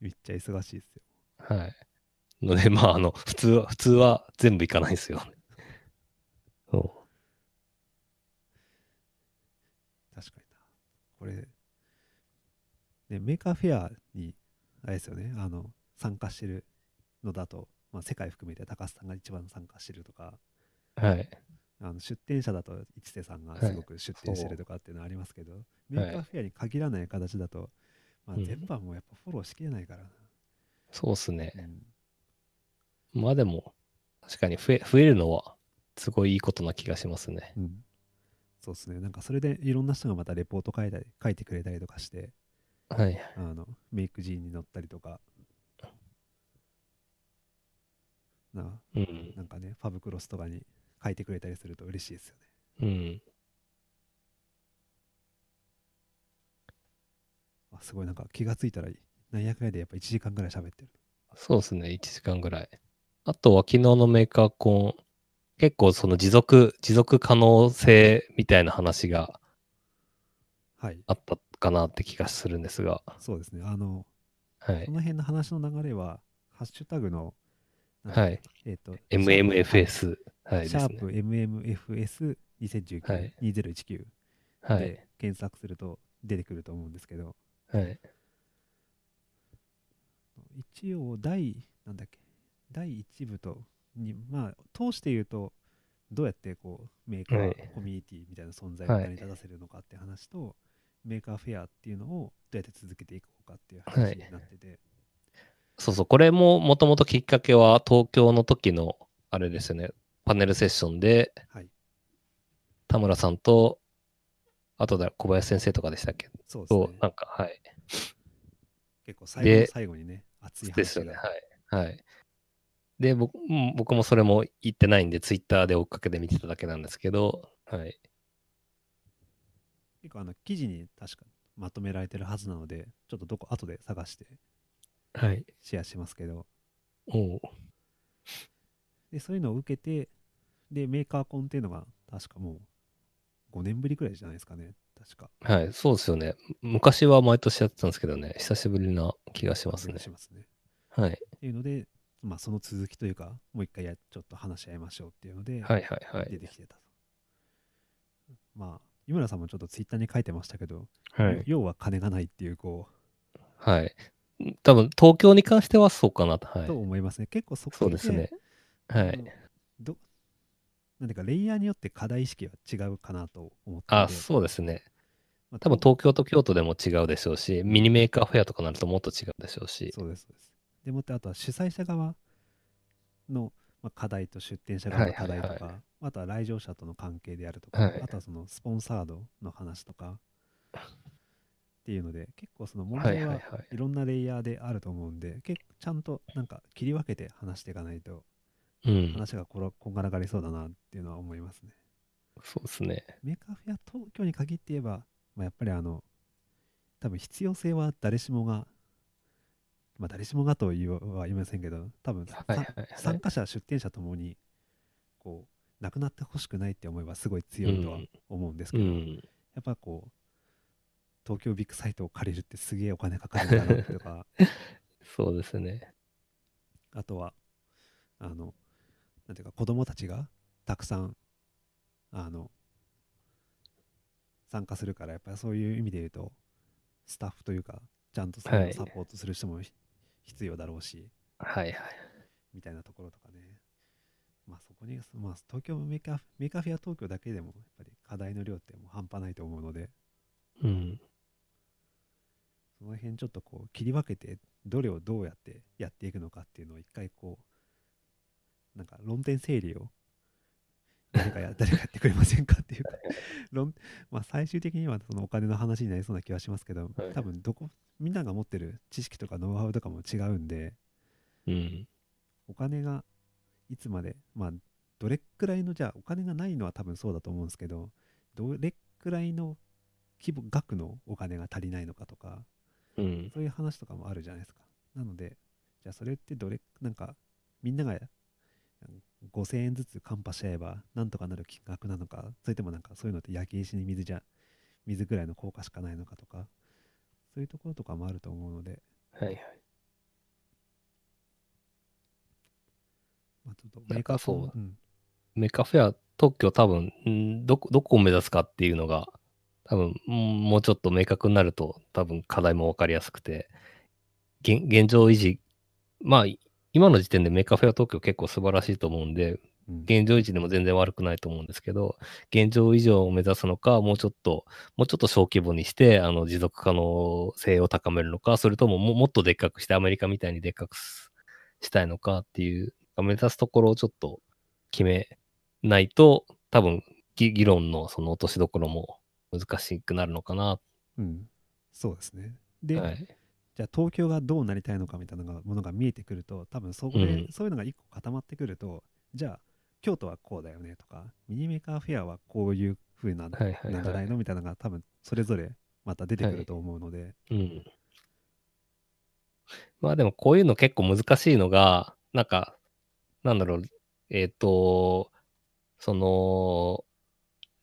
めっちゃ忙しいですよ。
はい。ので、まあ、あの、普通は、普通は全部行かないですよ。 そ
確かにな。これ、ね、メーカーフェアに、あれですよね、あの、参加してるのだと、まあ、世界含めて高須さんが一番参加してるとか、
う。はい。
あの出店者だと一瀬さんが
はい
すごく出店してるとかっていうのはありますけど、メーカーフェアに限らない形だと、まあ、
うん
全部はもうやっぱフォローしきれないからな、
そうですね。
うん
まあでも、確かに増え、増えるのは、すごいいいことな気がしますね。
うんそうですねなんかそれでいろんな人がまたレポート書いたり書いてくれたりとかして
はい。
あのメイクジーンに載ったりとかな
うん。
なんかねファブクロスとかに書いてくれたりすると嬉しいですよね
うん。
あすごいなんか気がついたら何やかんやでやっぱ1時間ぐらい喋ってる
そうですね。1時間ぐらい。あとは昨日のメーカーコン、結構その持続、持続可能性みたいな話が
はい
あったかなって気がするんですが、
そうですねあの
はい
こ。の辺の話の流れは、ハッシュタグの、なんだ
はい。
えっ、と、
MMFS。はい。
シ
で
ャ
す
ー
ね
プ MMFS2019、
はい
2019
は
で
い。
検索すると出てくると思うんですけど、
はい。
一応第なんだっけ第1部とにまあ通して言うとどうやってこうメーカ
は
ー
い
コミュニティみたいな存在を
はい
成り立たせるのかって話と、メーカーフェアっていうのをどうやって続けていこうかっていう話になってて、
そうそう、これももともときっかけは東京の時の、あれですよね、パネルセッションで、
はい
田村さんと、あとだ、小林先生とかでしたっけ
そうです
と、
ね
なんか、はい。
結構最後の
で
最後にね熱い話が
ですよね、はい。はい。で、僕うん僕もそれも言ってないんで、ツイッターで追っかけて見てただけなんですけど、はい。
結構あの記事に確かまとめられてるはずなのでちょっとどこ後で探して
はい。
シェアしますけど
おう
でそういうのを受けてでメーカーコンっていうのが確かもう5年ぶりくらいじゃないですかね確か
はい、そうですよね。昔は毎年やってたんですけどね、久しぶりな気がしますね
し。ますね
はい。
っていうので、まあ、その続きというかもう一回やちょっと話し合いましょうっていうので、
はいはいは
出
い。
てきてたとまあ井村さんもちょっとツイッターに書いてましたけど、
はい。
要は金がないっていうこ
はい。多分、東京に関してはそうかなと。は
う、
い
と。思いますね結構そこ
そうですね。は
あの
い。
どなんていうかレイヤーによって課題意識は違うかなと思って
あ、
て
そうですね。
まあ
多分東京と京都でも違うでしょうし、ミニメーカーフェアとかになるともっと違うでしょうし。
そうですそうですでもってあとは主催者側の、まあ、課題と出店者側の課題とか、
はいはいは
あとは来場者との関係であるとか、
はい
あとはそのスポンサードの話とかっていうので結構その問題ははいろんなレイヤーであると思うんで、結構ちゃんとなんか切り分けて話していかないと
うん。
話がこらこんがらがりそうだなっていうのは思いますね。
そうですね。
メーカーフェア東京に限って言えば、まあ、やっぱりあの多分必要性は誰しもがまあ誰しもがとは言うは言いませんけど多分、
はいはい
さ
は
参
い。
加者出店者ともにこうなくなってほしくないって思いはすごい強いとは
うん
思うんです
う
けど、や
ん。
っぱこう東京ビッグサイトを借りるってすげえお金かかるんだなと か
そうですね。
あとはあのなんていうか子供たちがたくさんあの参加するからやっぱりそういう意味で言うとスタッフというかちゃんとそ
は
の
い
サポートする人もひ必要だろうし、
はいはい。
みたいなところとかねまあそこに、まあ、東京メーカーメーカーフェア東京だけでもやっぱり課題の量ってもう半端ないと思うので
うん。
その辺ちょっとこう切り分けてどれをどうやってやっていくのかっていうのを一回こうなんか論点整理を誰かや誰かやってくれませんかっていうか論、まあ、最終的にはそのお金の話になりそうな気はしますけど、
はい
多分どこみんなが持ってる知識とかノウハウとかも違うんで
うん。
お金がいつまでまあどれくらいのじゃあお金がないのは多分そうだと思うんですけどどれくらいの規模額のお金が足りないのかとか
うん。
そういう話とかもあるじゃないですか。なので、じゃあそれってどれ、なんか、みんなが5000円ずつカンパし合えば、なんとかなる金額なのか、それともなんかそういうのって焼け石に水じゃ、水ぐらいの効果しかないのかとか、そういうところとかもあると思うので、
はいはい。
まあ、ちょっと
なんかそう
メーカーさんうん
メカフェア東京多分、んどこ、どこを目指すかっていうのが、多分、んもうちょっと明確になると、多分課題もわかりやすくて、現現状維持、まあ、い今の時点でメカフェア東京結構素晴らしいと思うんで、
うん
現状維持でも全然悪くないと思うんですけど、現状以上を目指すのか、もうちょっと、もうちょっと小規模にして、あの、持続可能性を高めるのか、それともももっとでっかくして、アメリカみたいにでっかくすしたいのかっていう、目指すところをちょっと決めないと、多分、ぎ議論のその落としどころも難しくなるのかな。
うんそうですね。で、
はい。
じゃあ東京がどうなりたいのかみたいなのがものが見えてくると多分そこで、
うん
そういうのが一個固まってくるとじゃあ京都はこうだよねとかミニメーカーフェアはこういう風な、
はいはいはい
なんじゃないのみたいなのが多分それぞれまた出てくると思うので、
うん。まあでもこういうの結構難しいのが、なんか、なんだろう、えっ、と、その、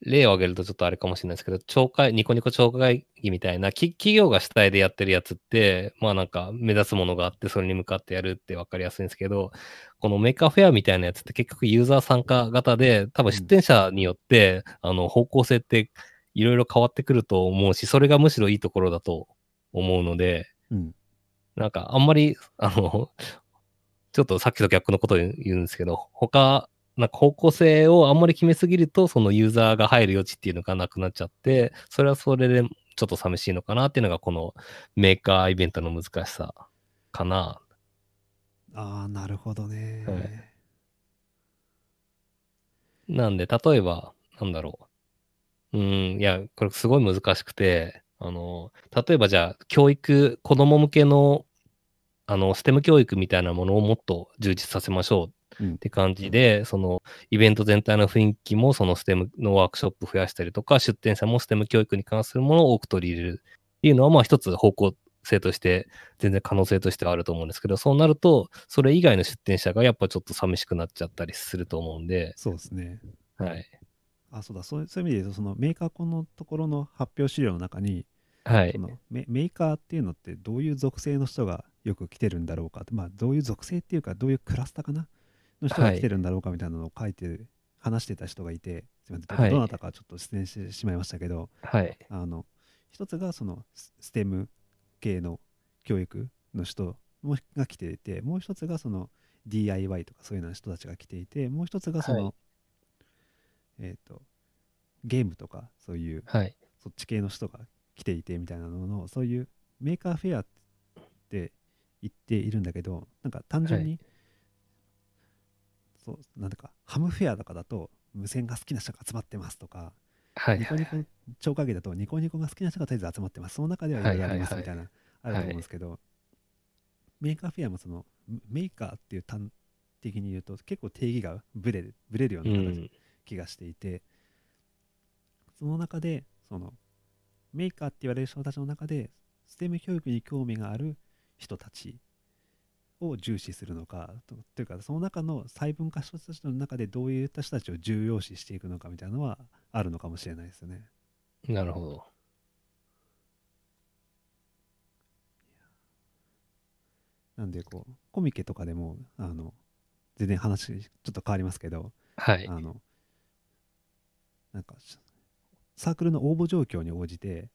例を挙げるとちょっとあれかもしれないですけど、懲戒、ニコニコ懲戒議みたいな、き企業が主体でやってるやつって、まあなんか目指すものがあって、それに向かってやるって分かりやすいんですけど、このメーカーフェアみたいなやつって結局ユーザー参加型で、多分出店者によって、あの、方向性っていろいろ変わってくると思うし、それがむしろいいところだと思うので、
うん
なんか、あんまり、 あの、ちょっとさっきと逆のことを言うんですけど、他、なんか方向性をあんまり決めすぎると、そのユーザーが入る余地っていうのがなくなっちゃって、それはそれでちょっと寂しいのかなっていうのが、このメーカーイベントの難しさかな。
ああ、なるほどね。
はいなんで、例えば、なんだろう。うん、いや、これすごい難しくて、あの、例えばじゃあ、教育、子供向けの、あの、ステム教育みたいなものをもっと充実させましょう
うん
って感じで、そのイベント全体の雰囲気もそのステムのワークショップ増やしたりとか、出展者もステム教育に関するものを多く取り入れるっていうのは、まあ一つ方向性として、全然可能性としてはあると思うんですけど、そうなると、それ以外の出展者がやっぱちょっと寂しくなっちゃったりすると思うんで、
そうですね。
はい。
あそうだそうそういう意味で言うとそのメーカーこのところの発表資料の中に、
はい
そ。のメメーカーっていうのってどういう属性の人がよく来てるんだろうかって、まあ、どういう属性っていうかどういうクラスターかなの人が
はい
来てるんだろうかみたいなのを書いてる、話してた人がいてすみません、
はい
どなたかちょっと出演してしまいましたけど
はい。
あの一つがそのスステム系の教育の人もが来ていてもう一つがその DIY とかそういうような人たちが来ていてもう一つがその、
は
えっ、とゲームとかそういう
はい。
そっち系の人が来ていてみたいなののそういうメーカーフェアって言っているんだけどなんか単純に、そうなんだかハムフェアとかだと無線が好きな人が集まってますとか
はい。
ニコニコ超過だとニコニコが好きな人がとりあえず集まってます。その中ではいろいろありますみたいな、
い
ある
はい
と思うんですけど、メーカーフェアもそのメーカーっていう端的に言うと結構定義がブレるブレるよう
う
な形
ん。
気がしていて、その中でそのメーカーって言われる人たちの中でステム教育に興味がある人たちを重視するのかとというかその中の細分化した人たちの中でどういった人たちを重要視していくのかみたいなのはあるのかもしれないですよね。
なるほど。
なんでこうコミケとかでもあの全然話ちょっと変わりますけど、
はい。
あのなんかしサークルの応募状況に応じて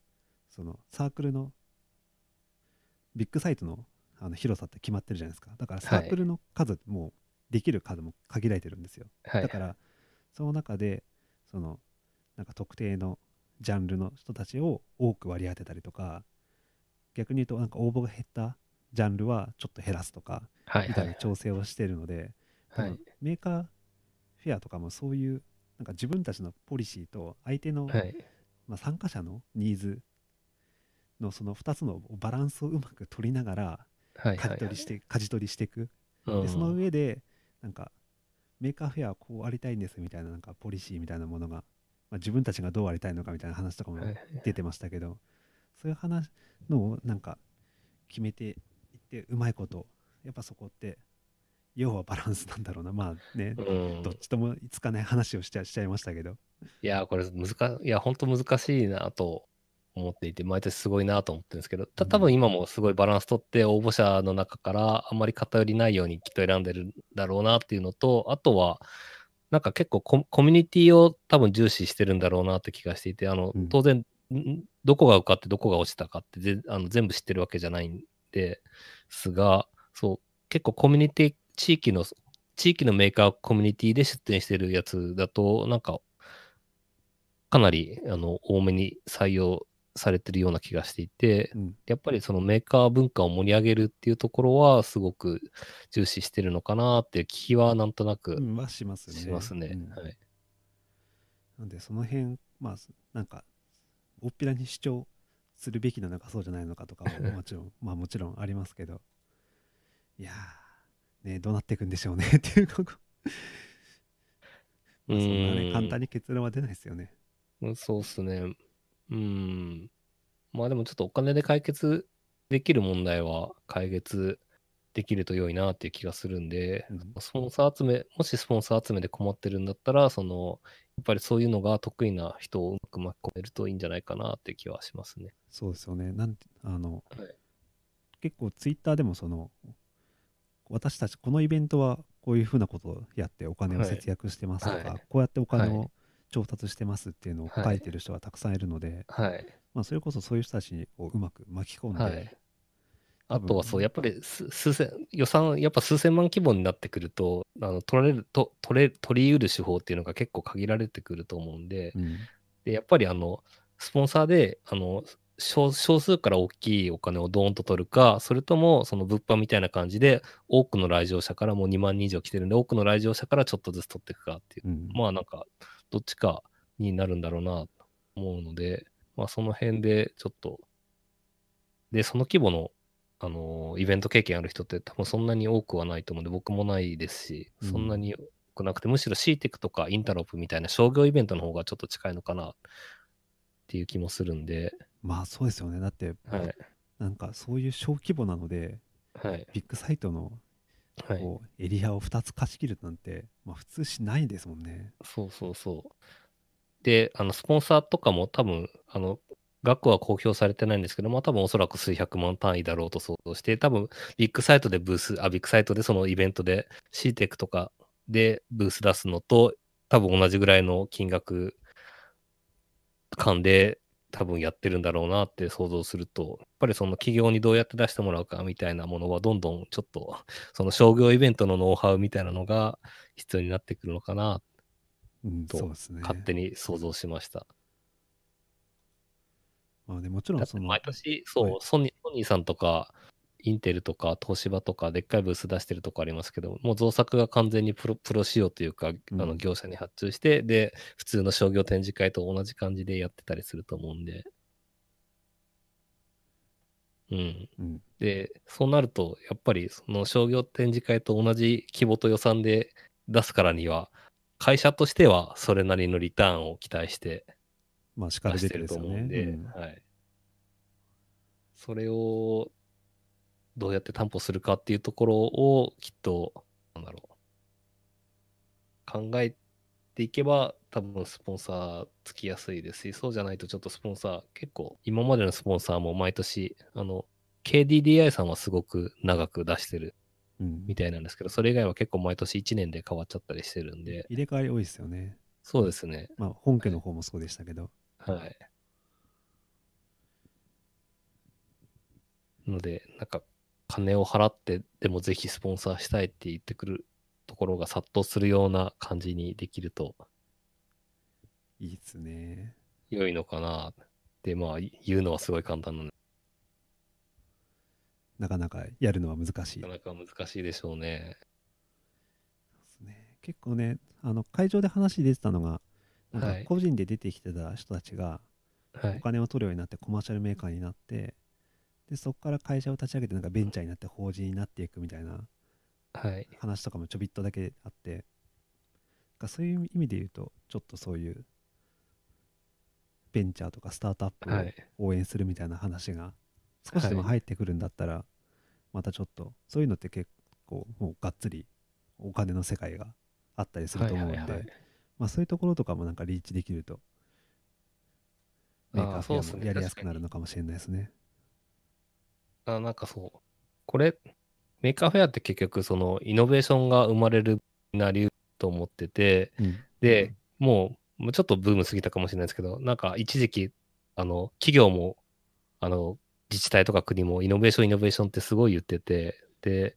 そのサークルのビッグサイトのあの広さって決まってるじゃないですかだからサークルの数もできる数も限られてるんですよ、
はい。
だからその中でそのなんか特定のジャンルの人たちを多く割り当てたりとか逆に言うとなんか応募が減ったジャンルはちょっと減らすとか
はい。
み
は。
たいない調整をしてるので、
は
多
い
分。メーカーフェアとかもそういうなんか自分たちのポリシーと相手の、
はい。
まあ、参加者のニーズのその2つのバランスをうまく取りながら
はい。
舵取りして舵取りしていく
う
でその
ん
上でなんかメーカーフェアはこうありたいんですみたいななんかポリシーみたいなものが、まあ、自分たちがどうありたいのかみたいな話とかも
はい
出てましたけど、そういう話のをなんか決めていってうまいことやっぱそこって要はバランスなんだろうなまあね、
うん
どっちともつかない話をしちゃしちゃいましたけど
いやー、これ難、いや、本当難しいなと思っていて、毎年すごいなと思ってるんですけど、た多
う
分今もすごいバランス取って、応募者の中からあんまり偏りないようにきっと選んでるんだろうなっていうのと、あとは、なんか結構ココミュニティを多分重視してるんだろうなって気がしていて、あの
うん、
当然、んどこが受かってどこが落ちたかってぜあの全部知ってるわけじゃないんですが、そう、結構コミュニティ、地域の、地域のメーカーコミュニティで出展してるやつだと、なんか、かなり、あの、多めに採用されてるような気がしていて、
うん
やっぱりそのメーカー文化を盛り上げるっていうところは、すごく重視してるのかなっていう気はなんとな
う
く
んはしますよね。
しますね。
うん
はい。
なんでその辺まあすなんか大っぴらに主張するべきなのかそうじゃないのかとかももちろんまあもちろんあります けどいやーねどうなっていくんでしょうねっていうここ
う
まあそんなね
ん
簡単に結論は出ないですよね
うんそうっすね。うん。まあでもちょっとお金で解決できる問題は解決できると良いなっていう気がするんで、
うん
スポンサー集め、もしスポンサー集めで困ってるんだったら、その、やっぱりそういうのが得意な人をうまく巻き込めるといいんじゃないかなっていう気はしますね。
そうですよねなんてあの、
はい
結構ツイッターでもその私たちこのイベントはこういうふうなことをやってお金を
はい
節約してますとか、
はい
こうやってお金
は
を調達してますっていうのを書いてる人がたくさんいるので、
はい。
まあ、それこそそういう人たちをうまく巻き込んで、
はい。あとはそう、
うん
やっぱり数数千、予算、やっぱ数千万規模になってくると、あの取られると取れ、取り得る手法っていうのが結構限られてくると思うんで、
うん
でやっぱりあの、スポンサーで、あの、少少数から大きいお金をドーンと取るか、それともその物販みたいな感じで、多くの来場者からもう2万人以上来てるんで、多くの来場者からちょっとずつ取っていくかっていう
うん
まあなんか、どっちかになるんだろうなと思うので、まあその辺でちょっと、で、その規模の、あのーイベント経験ある人って多分そんなに多くはないと思うんで、僕もないですし、
うん
そんなに多くなくて、むしろ CTEC とかインタロップみたいな商業イベントの方がちょっと近いのかなっていう気もするんで、
まあそうですよねだって、
はい、
なんかそういう小規模なので
はい、
ビッグサイトの
はい。
こうエリアを2つ貸し切るなんて、まあ、普通しないですもんね。
そうそうそう。で、あの、スポンサーとかも多分、あの、額は公表されてないんですけど、まあ多分おそらく数百万単位だろうと想像して、多分ビッグサイトでブース、あ、ビッグサイトでそのイベントで CTEC とかでブース出すのと、多分同じぐらいの金額間で多分やってるんだろうなって想像すると、やっぱりその企業にどうやって出してもらうかみたいなものはどんどんちょっと、その商業イベントのノウハウみたいなのが必要になってくるのかな
うん、
と
そうですね。
勝手に想像しました。
まあね、もちろ
だ
ん
って
その
毎、年、そう、
はい
ソニーソニーさんとか、インテルとか、東芝とか、でっかいブース出してるとこありますけど、もう造作が完全にプロプロ仕様というか、あ
ん
の業者に発注して、で、普通の商業展示会と同じ感じでやってたりすると思うんで。うん。
うん、
で、そうなると、やっぱりその商業展示会と同じ規模と予算で出すからには、会社としてはそれなりのリターンを期待して
まあ、しかる
出し
べ
て
き
る
で
と
すよ
思
ね。
うんで、
うん
はい、それをどうやって担保するかっていうところをきっとなんだろう考えていけば多分スポンサーつきやすいですしそうじゃないとちょっとスポンサー結構今までのスポンサーも毎年あの KDDI さんはすごく長く出してる
うん
みたいなんですけどそれ以外は結構毎年1年で変わっちゃったりしてるんで
入れ替わり多いですよね。
そうですね
まあ、本家の方もそうでしたけど。
はい。ので、なんか、金を払って、でもぜひスポンサーしたいって言ってくるところが殺到するような感じにできると
いいですね。
良いのかな。で、まあ、言うのはすごい簡単なんで、
なかなかやるのは難しいで
なかなか難しいでしょうね。
すね。結構ね、あの会場で話出てたのが、なん
は
か
い
個人で出てきてた人たちが、
は
お
い。
金を取るようになってコマーシャルメーカーになってでそこから会社を立ち上げてなんかベンチャーになって法人になっていくみたいな
はい。
話とかもちょびっとだけあってなんかそういう意味で言うとちょっとそういうベンチャーとかスタートアップ
はい。
を応援するみたいな話が少しでも
は
入ってくるんだったらまたちょっとそういうのって結構もうがっつりお金の世界があったりすると思うん
はいはいはい
でまあそういうところとかもなんかリーチできるとメー
あ
カー
ー
フ
そう
ェ
っ
ア
す
も
ね
やりやすくなるのかもしれないですね。
あなんかそう、これ、メーカーフェアって結局、その、イノベーションが生まれるなりうると思ってて、
うん
で、もう、もうちょっとブーム過ぎたかもしれないですけど、なんか一時期、あの、企業も、あの、自治体とか国もイノベーション、イノベーションってすごい言ってて、で、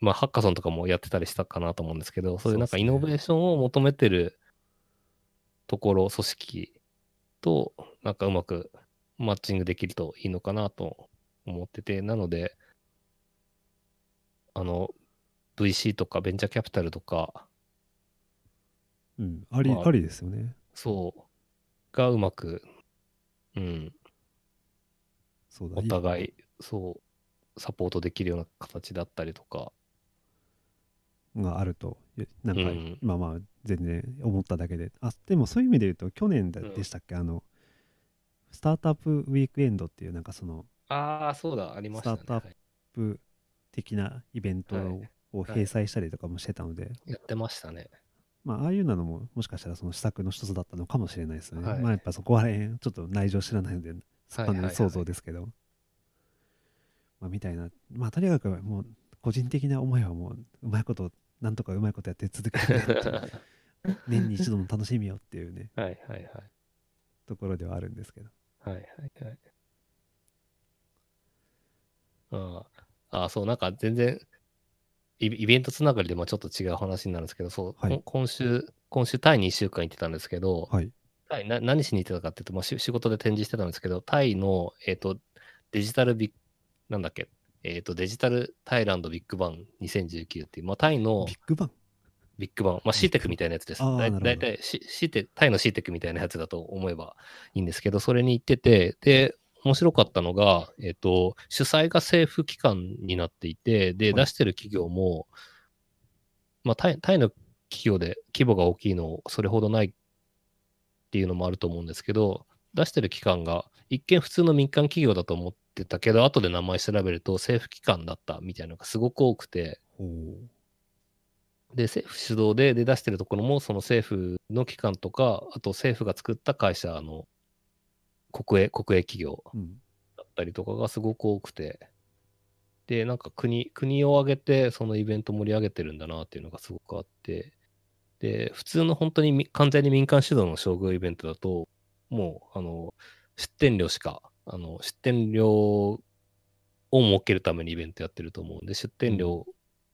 まあ、ハッカソンとかもやってたりしたかなと思うんですけど、そういうなん
そう
か
っす
イ
ね
ノベーションを求めてるところ、組織と、なんかうまくマッチングできるといいのかなと思ってて、なので、あの、VC とかベンチャーキャピタルとか、
うん、あり、
まあ
あ、りですよね。
そう。がうまく、うん、
そうだ
お
い
互い、そう、サポートできるような形だったりとか、
があると、いなんか
うん
今まあ全然思っただけで、あでもそういう意味で言うと去年だ
うん
でしたっけ、あのスタートアップウィークエンドっていうなんかその
ああ、そうだ、ありましたね
ス。タート
はい
アップ的なイベント
はい
を
い
掲載したりとかもしてたので、
やってました ね。
まあああいうのももしかしたらその施策の一つだったのかもしれないですね。
はい
まあやっぱそこら辺ちょっと内情知らないので
はい
完
はい
全
は
に
い
想像ですけど、まあ、みたいな、まあ、とにかくもう個人的な思いはもううまいことなんとかうまいことやって続けてくれっていう年に一度の楽しみよっていうね
はいはいはい。
ところではあるんですけど
はいはいはい。うん。あ、そう、なんか全然、イイベントつながりでもちょっと違う話になるんですけど、そう、
はい
こん今週、今週タイに1週間行ってたんですけど、
はい。
タイな何しに行ってたかっていうと、まあ、し仕事で展示してたんですけど、タイの、えっ、と、デジタルビッ、なんだっけ、えっ、と、デジタルタイランドビッグバン2019っていう、まあ、タイの
ビッグバン。
ビッグバン、まあ、シーテックみたいなやつです。
あー
だい
なるほど
だいたいシシーテ、タイのシーテックみたいなやつだと思えばいいんですけど、それに行ってて、で、面白かったのが、えっ、と、主催が政府機関になっていて、で、
はい
出してる企業も、まあ、タイタイの企業で規模が大きいの、それほどないっていうのもあると思うんですけど、出してる機関が、一見普通の民間企業だと思ってたけど、後で名前調べると政府機関だったみたいなのがすごく多くて、
ほう。
で、政府主導でで出してるところも、その政府の機関とか、あと政府が作った会社の国営、国営企業
うん。
だったりとかがすごく多くて、で、なんか国、国を挙げて、そのイベント盛り上げてるんだなっていうのがすごくあって、で、普通の本当にみ完全に民間主導の商業イベントだと、もう、あの、出店料しか、あの、出店料を設けるためにイベントやってると思うんで、出店料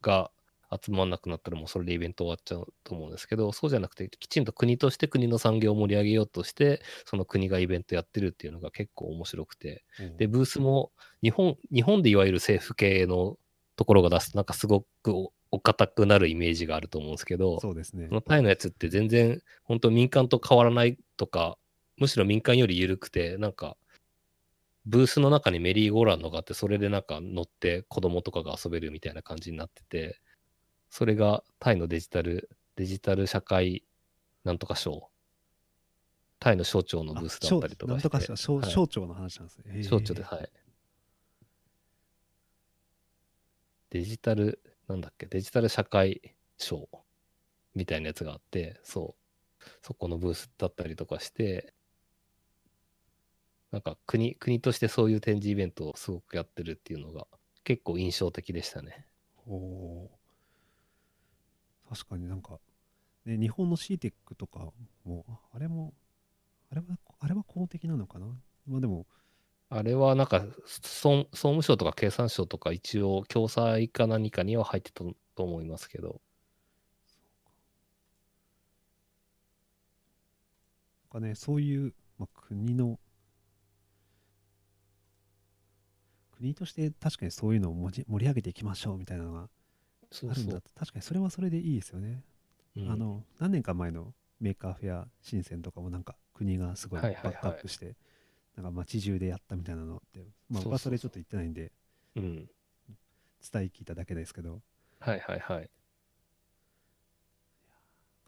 が集まんなくなったらもうそれでイベント終わっちゃうと思うんですけど、そうじゃなくて、きちんと国として国の産業を盛り上げようとして、その国がイベントやってるっていうのが結構面白くて、で、ブースも日本、日本でいわゆる政府系のところが出すと、なんかすごくおお堅くなるイメージがあると思うんですけど、
そうですね
そ。のタイのやつって全然、本当民間と変わらないとか、むしろ民間より緩くて、なんか、ブースの中にメリーゴーランドがあって、それでなんか乗って子供とかが遊べるみたいな感じになってて、それがタイのデジタル、デジタル社会なんとか賞、タイの省庁のブースだったりと
あ省な
か
ん
して
と、かしら、省
はい
省庁の話なんですね。へー
省庁で、はい。デジタル、なんだっけ、デジタル社会賞みたいなやつがあって、そう、そこのブースだったりとかして、なんか国、国としてそういう展示イベントをすごくやってるっていうのが結構印象的でしたね。
おー確かになんか、ね、日本の CTEC とかも、ああれも、あれは、あれは公的なのかなまあでも、
あれはなんか、総総務省とか経産省とか一応、共済か何かには入ってたと思いますけど、
なんかね、そういう、まあ、国の、国として確かにそういうのを盛り盛り上げていきましょうみたいなのが
そ
あ
う
るん
そ
だ
う
と。確かにそれはそれでいいですよね。
うん
あの何年か前のメーカーフェア新鮮とかもなんか国がすごい
は
バ
いはいはい
ックアップして、なんか街中でやったみたいなのって、
そうそうそ
まあ、
う
僕はそれちょっと言ってないんで
うん。
伝え聞いただけですけど
はいはいはい。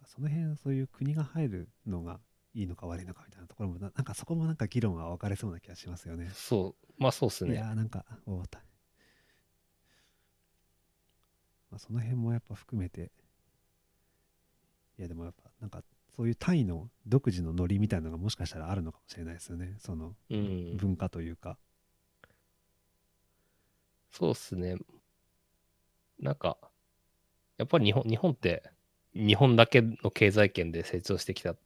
その辺そういう国が入るのがいいのか悪いのかみたいなところもななんかそこもなんか議論が分かれそうな気がしますよね。
そう、まあそうっす
い
ね。
やーなんか終わった、まあ、その辺もやっぱ含めていやでもやっぱなんかそういうタイの独自のノリみたいなのがもしかしたらあるのかもしれないですよねその
うん、
文化というか、
そうっすね。なんか、やっぱり日本日本って、日本だけの経済圏で成長してきた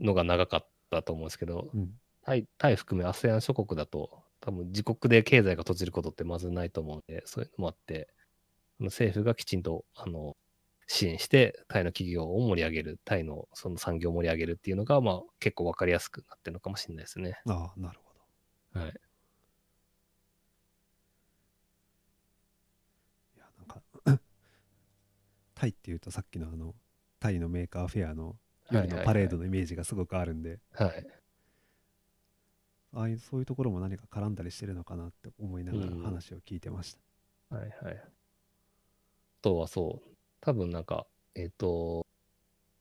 のが長かったと思うんですけど、
うん
タイタイ含め ASEAN 諸国だと、多分自国で経済が閉じることってまずないと思うんで、そういうのもあって、あの政府がきちんとあの支援して、タイの企業を盛り上げる、タイのその産業を盛り上げるっていうのが、まあ、結構分かりやすくなってるのかもしれないですね。
ああなるほど
はい
いやなんか タイっていうとさっきのあのタイのメーカーフェアの夜のパレードのイメージがすごくあるんで、
はい。
ああいうそういうところも何か絡んだりしてるのかなって思いながら
うん
話を聞いてました、
はいはい。あとはそう、多分なんか、えっ、と、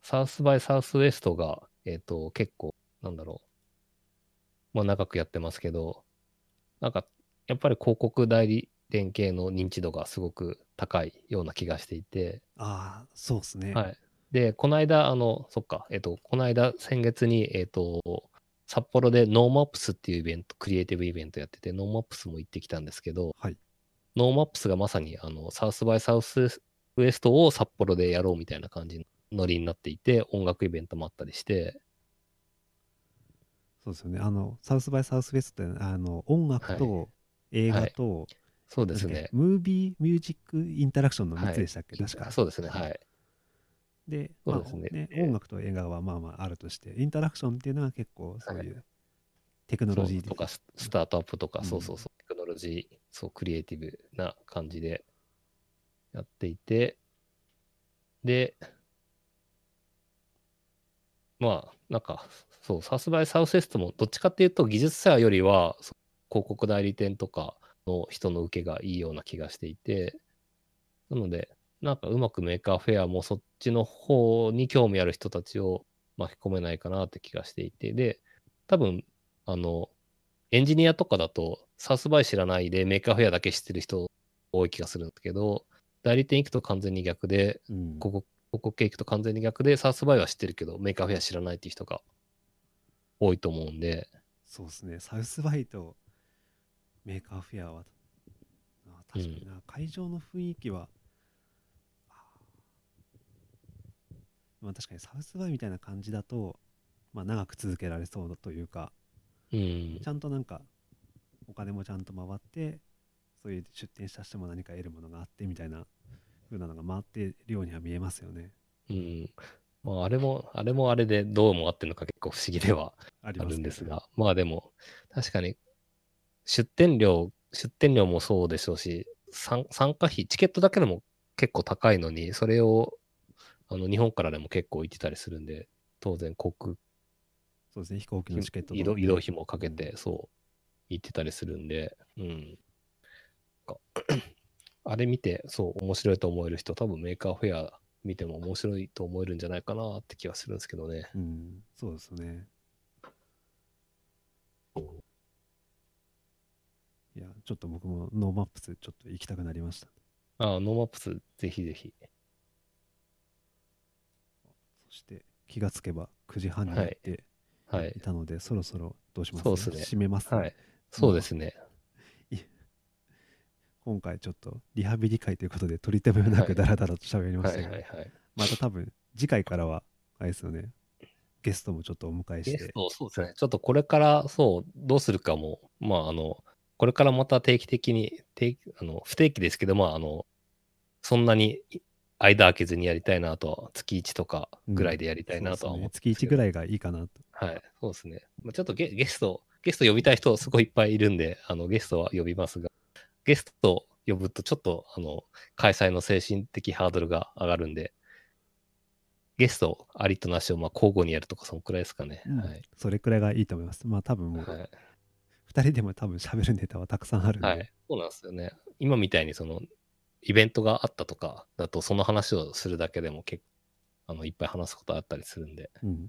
サウスバイサウスウエストが、えっ、と、結構、なんだろう。まあ長くやってますけど、なんか、やっぱり広告代理店系の認知度がすごく高いような気がしていて、
ああそうですね、
はい。で、この間、あの、そっか、えっ、と、この間、先月に、えっ、と、札幌でノーマップスっていうイベント、クリエイティブイベントやってて、ノーマップスも行ってきたんですけど、
はい
ノーマップスがまさにあのサウスバイサウスウエストを札幌でやろうみたいな感じのノリになっていて、音楽イベントもあったりして、
そうですよねあのサウスバイサウスウェストってあの音楽と映画と、
そうです
なんだっ
ね
け。ムービー、ミュージック、インタラクションの3
はい
つでしたっけ、確か。
そうですね。はい。
で、
そう
まあ
ですね
ね
ええ
音楽と映画はまあまああるとして、インタラクションっていうのは結構そういうテクノロジー
そうと
と
かス、スタートアップとか、
うん
そうそうそう、テクノロジー、そう、クリエイティブな感じでやっていて、で、まあ、なんか、そう、サウスバイサウスエストも、どっちかっていうと、技術者よりは、そう広告代理店とかの人の受けがいいような気がしていて、なので、なんかうまくメーカーフェアもそっちの方に興味ある人たちを巻き込めないかなって気がしていて、で、多分、あの、エンジニアとかだと、サースバイ知らないでメーカーフェアだけ知ってる人多い気がするんだけど、代理店行くと完全に逆で、
うん
広告広告系行くと完全に逆で、サースバイは知ってるけど、メーカーフェア知らないっていう人が多いと思うんで、
そうですね、サウスバイとメーカーフェアは、あ確かにな、会場の雰囲気は、あまあ確かにサウスバイみたいな感じだと、まあ長く続けられそうだというか、
うん
ち、ゃんとなんか、お金もちゃんと回って、そういう出店した人も何か得るものがあってみたいな風なのが回ってるようには見えますよね。
うん。まあ、あれも、あれもあれでどうもあってるのか結構不思議では
あり
あ
ますね
るんです。が、まあでも、確かに、出店料、出店料もそうでしょうし、参参加費、チケットだけでも結構高いのに、それを、あの、日本からでも結構行ってたりするんで、当然、航空
そうですね、飛行機のチケット
移動移動費もかけて、そう、行ってたりするんで、うん。なんか あれ見て、そう、面白いと思える人、多分メーカーフェア見ても面白いと思えるんじゃないかなって気はするんですけどね。
うん、そうですね。いや、ちょっと僕もノーマップスちょっと行きたくなりました。
ああ、ノーマップス、ぜひぜひ。
そして気がつけば9時半になって
はい
い。たので、そろそろどうします
そうっすね
閉めます、
はい。そうですね。
今回ちょっとリハビリ会ということで取り留めもな
は
く
い
ダラダラと喋りま
は
した
い
が、
はいはい。
また多分次回からはあれですよねゲストもちょっとお迎えし
ゲ
て
スト、そうですね。ちょっとこれから、そう、どうするかも、まあ、あの、これからまた定期的に、定期あの不定期ですけど、まあ、あの、そんなに間空けずにやりたいなとは、月1とかぐらいでやりたいなとは思って
そうですね月1ぐ
い。
らいがいいかなと
はい、そうですね。まあ、ちょっとゲゲスト、ゲスト呼びたい人、すごいいっぱいいるんで、あの、ゲストは呼びますが、ゲストを呼ぶと、ちょっと、あの、開催の精神的ハードルが上がるんで、ゲストありとなしを、まあ、交互にやるとか、そのくらいですかね。
うん
はい。
それくらいがいいと思いますまあ多分もう
はい
2人でも多分喋るネタはたくさんあるんで、
はい、そうなんですよね。今みたいにそのイベントがあったとかだと、その話をするだけでも結構あのいっぱい話すことあったりするんで、
うん、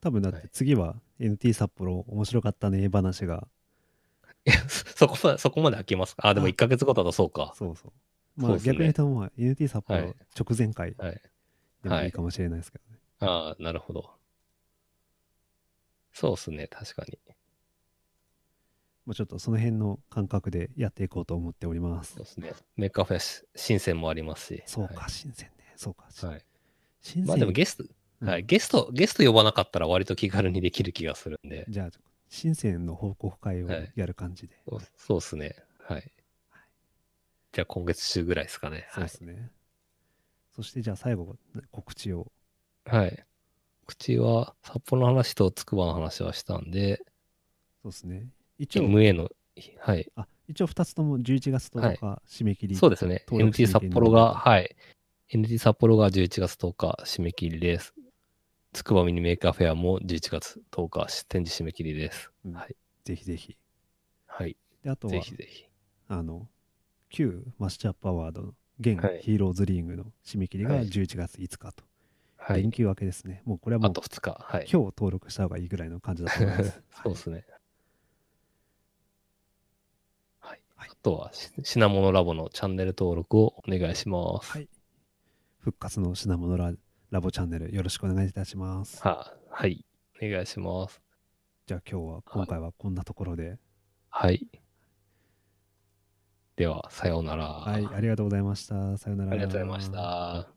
多分だっ
は
て
い
次は NT 札幌面白かったね話が
いや そこまで、そこまで開けますか。あ、でも
あ
1ヶ月後だとそうか。
そうそう
そ
ま
う
あ
ですね
逆に言うとまあ NT 札幌
はい
直前回
はい。
でも
はい
い
い
かもしれないですけどね、
ああ、なるほど。そうですね、確かに。
まあ、ちょっとその辺の感覚でやっていこうと思っております
そうですね。メーカーフェアし申請もありますし。
そうか、新鮮ねそうか、
はい。はい。
新鮮
まあでもゲスト、
うん
はい、ゲスト、ゲスト呼ばなかったら割と気軽にできる気がするんで、
じゃあ新鮮の報告会を
はい
やる感じで、
そうそうですね。はい。じゃあ今月中ぐらいですかね。
そうですね、そしてじゃあ最後告知を
はい。口は、札幌の話とつくばの話はしたんで、
そうですね一応
MA の、はい。
あ一応2つとも11月10日締め切り、
そうですね。
登録
NT
して
札
いけるの
幌が、はい。NT 札幌が11月10日締め切りです。つくばミニメーカーフェアも11月10日展示締め切りです。
うん
はい。
ぜひぜひ
はい。
であとは
ぜひぜひ。
あの旧マッチアップアワードの現
はい
ヒーローズリングの締め切りが
はい
11月5日と、
は
連
い。
休明けですねもうこれはも
あ
う
と2日。はい。
今日登録した方がいいぐらいの感じだと 思います
そうですね。はい。
はい
あとは、し品物ラボのチャンネル登録をお願いします。
はい、復活の品物ララボチャンネルよろしくお願いいたします
ははい。お願いします。
じゃあ今日は今回はこんなところで
はい。では、さようなら。
はい、ありがとうございましたさようなら
ありがとうございました。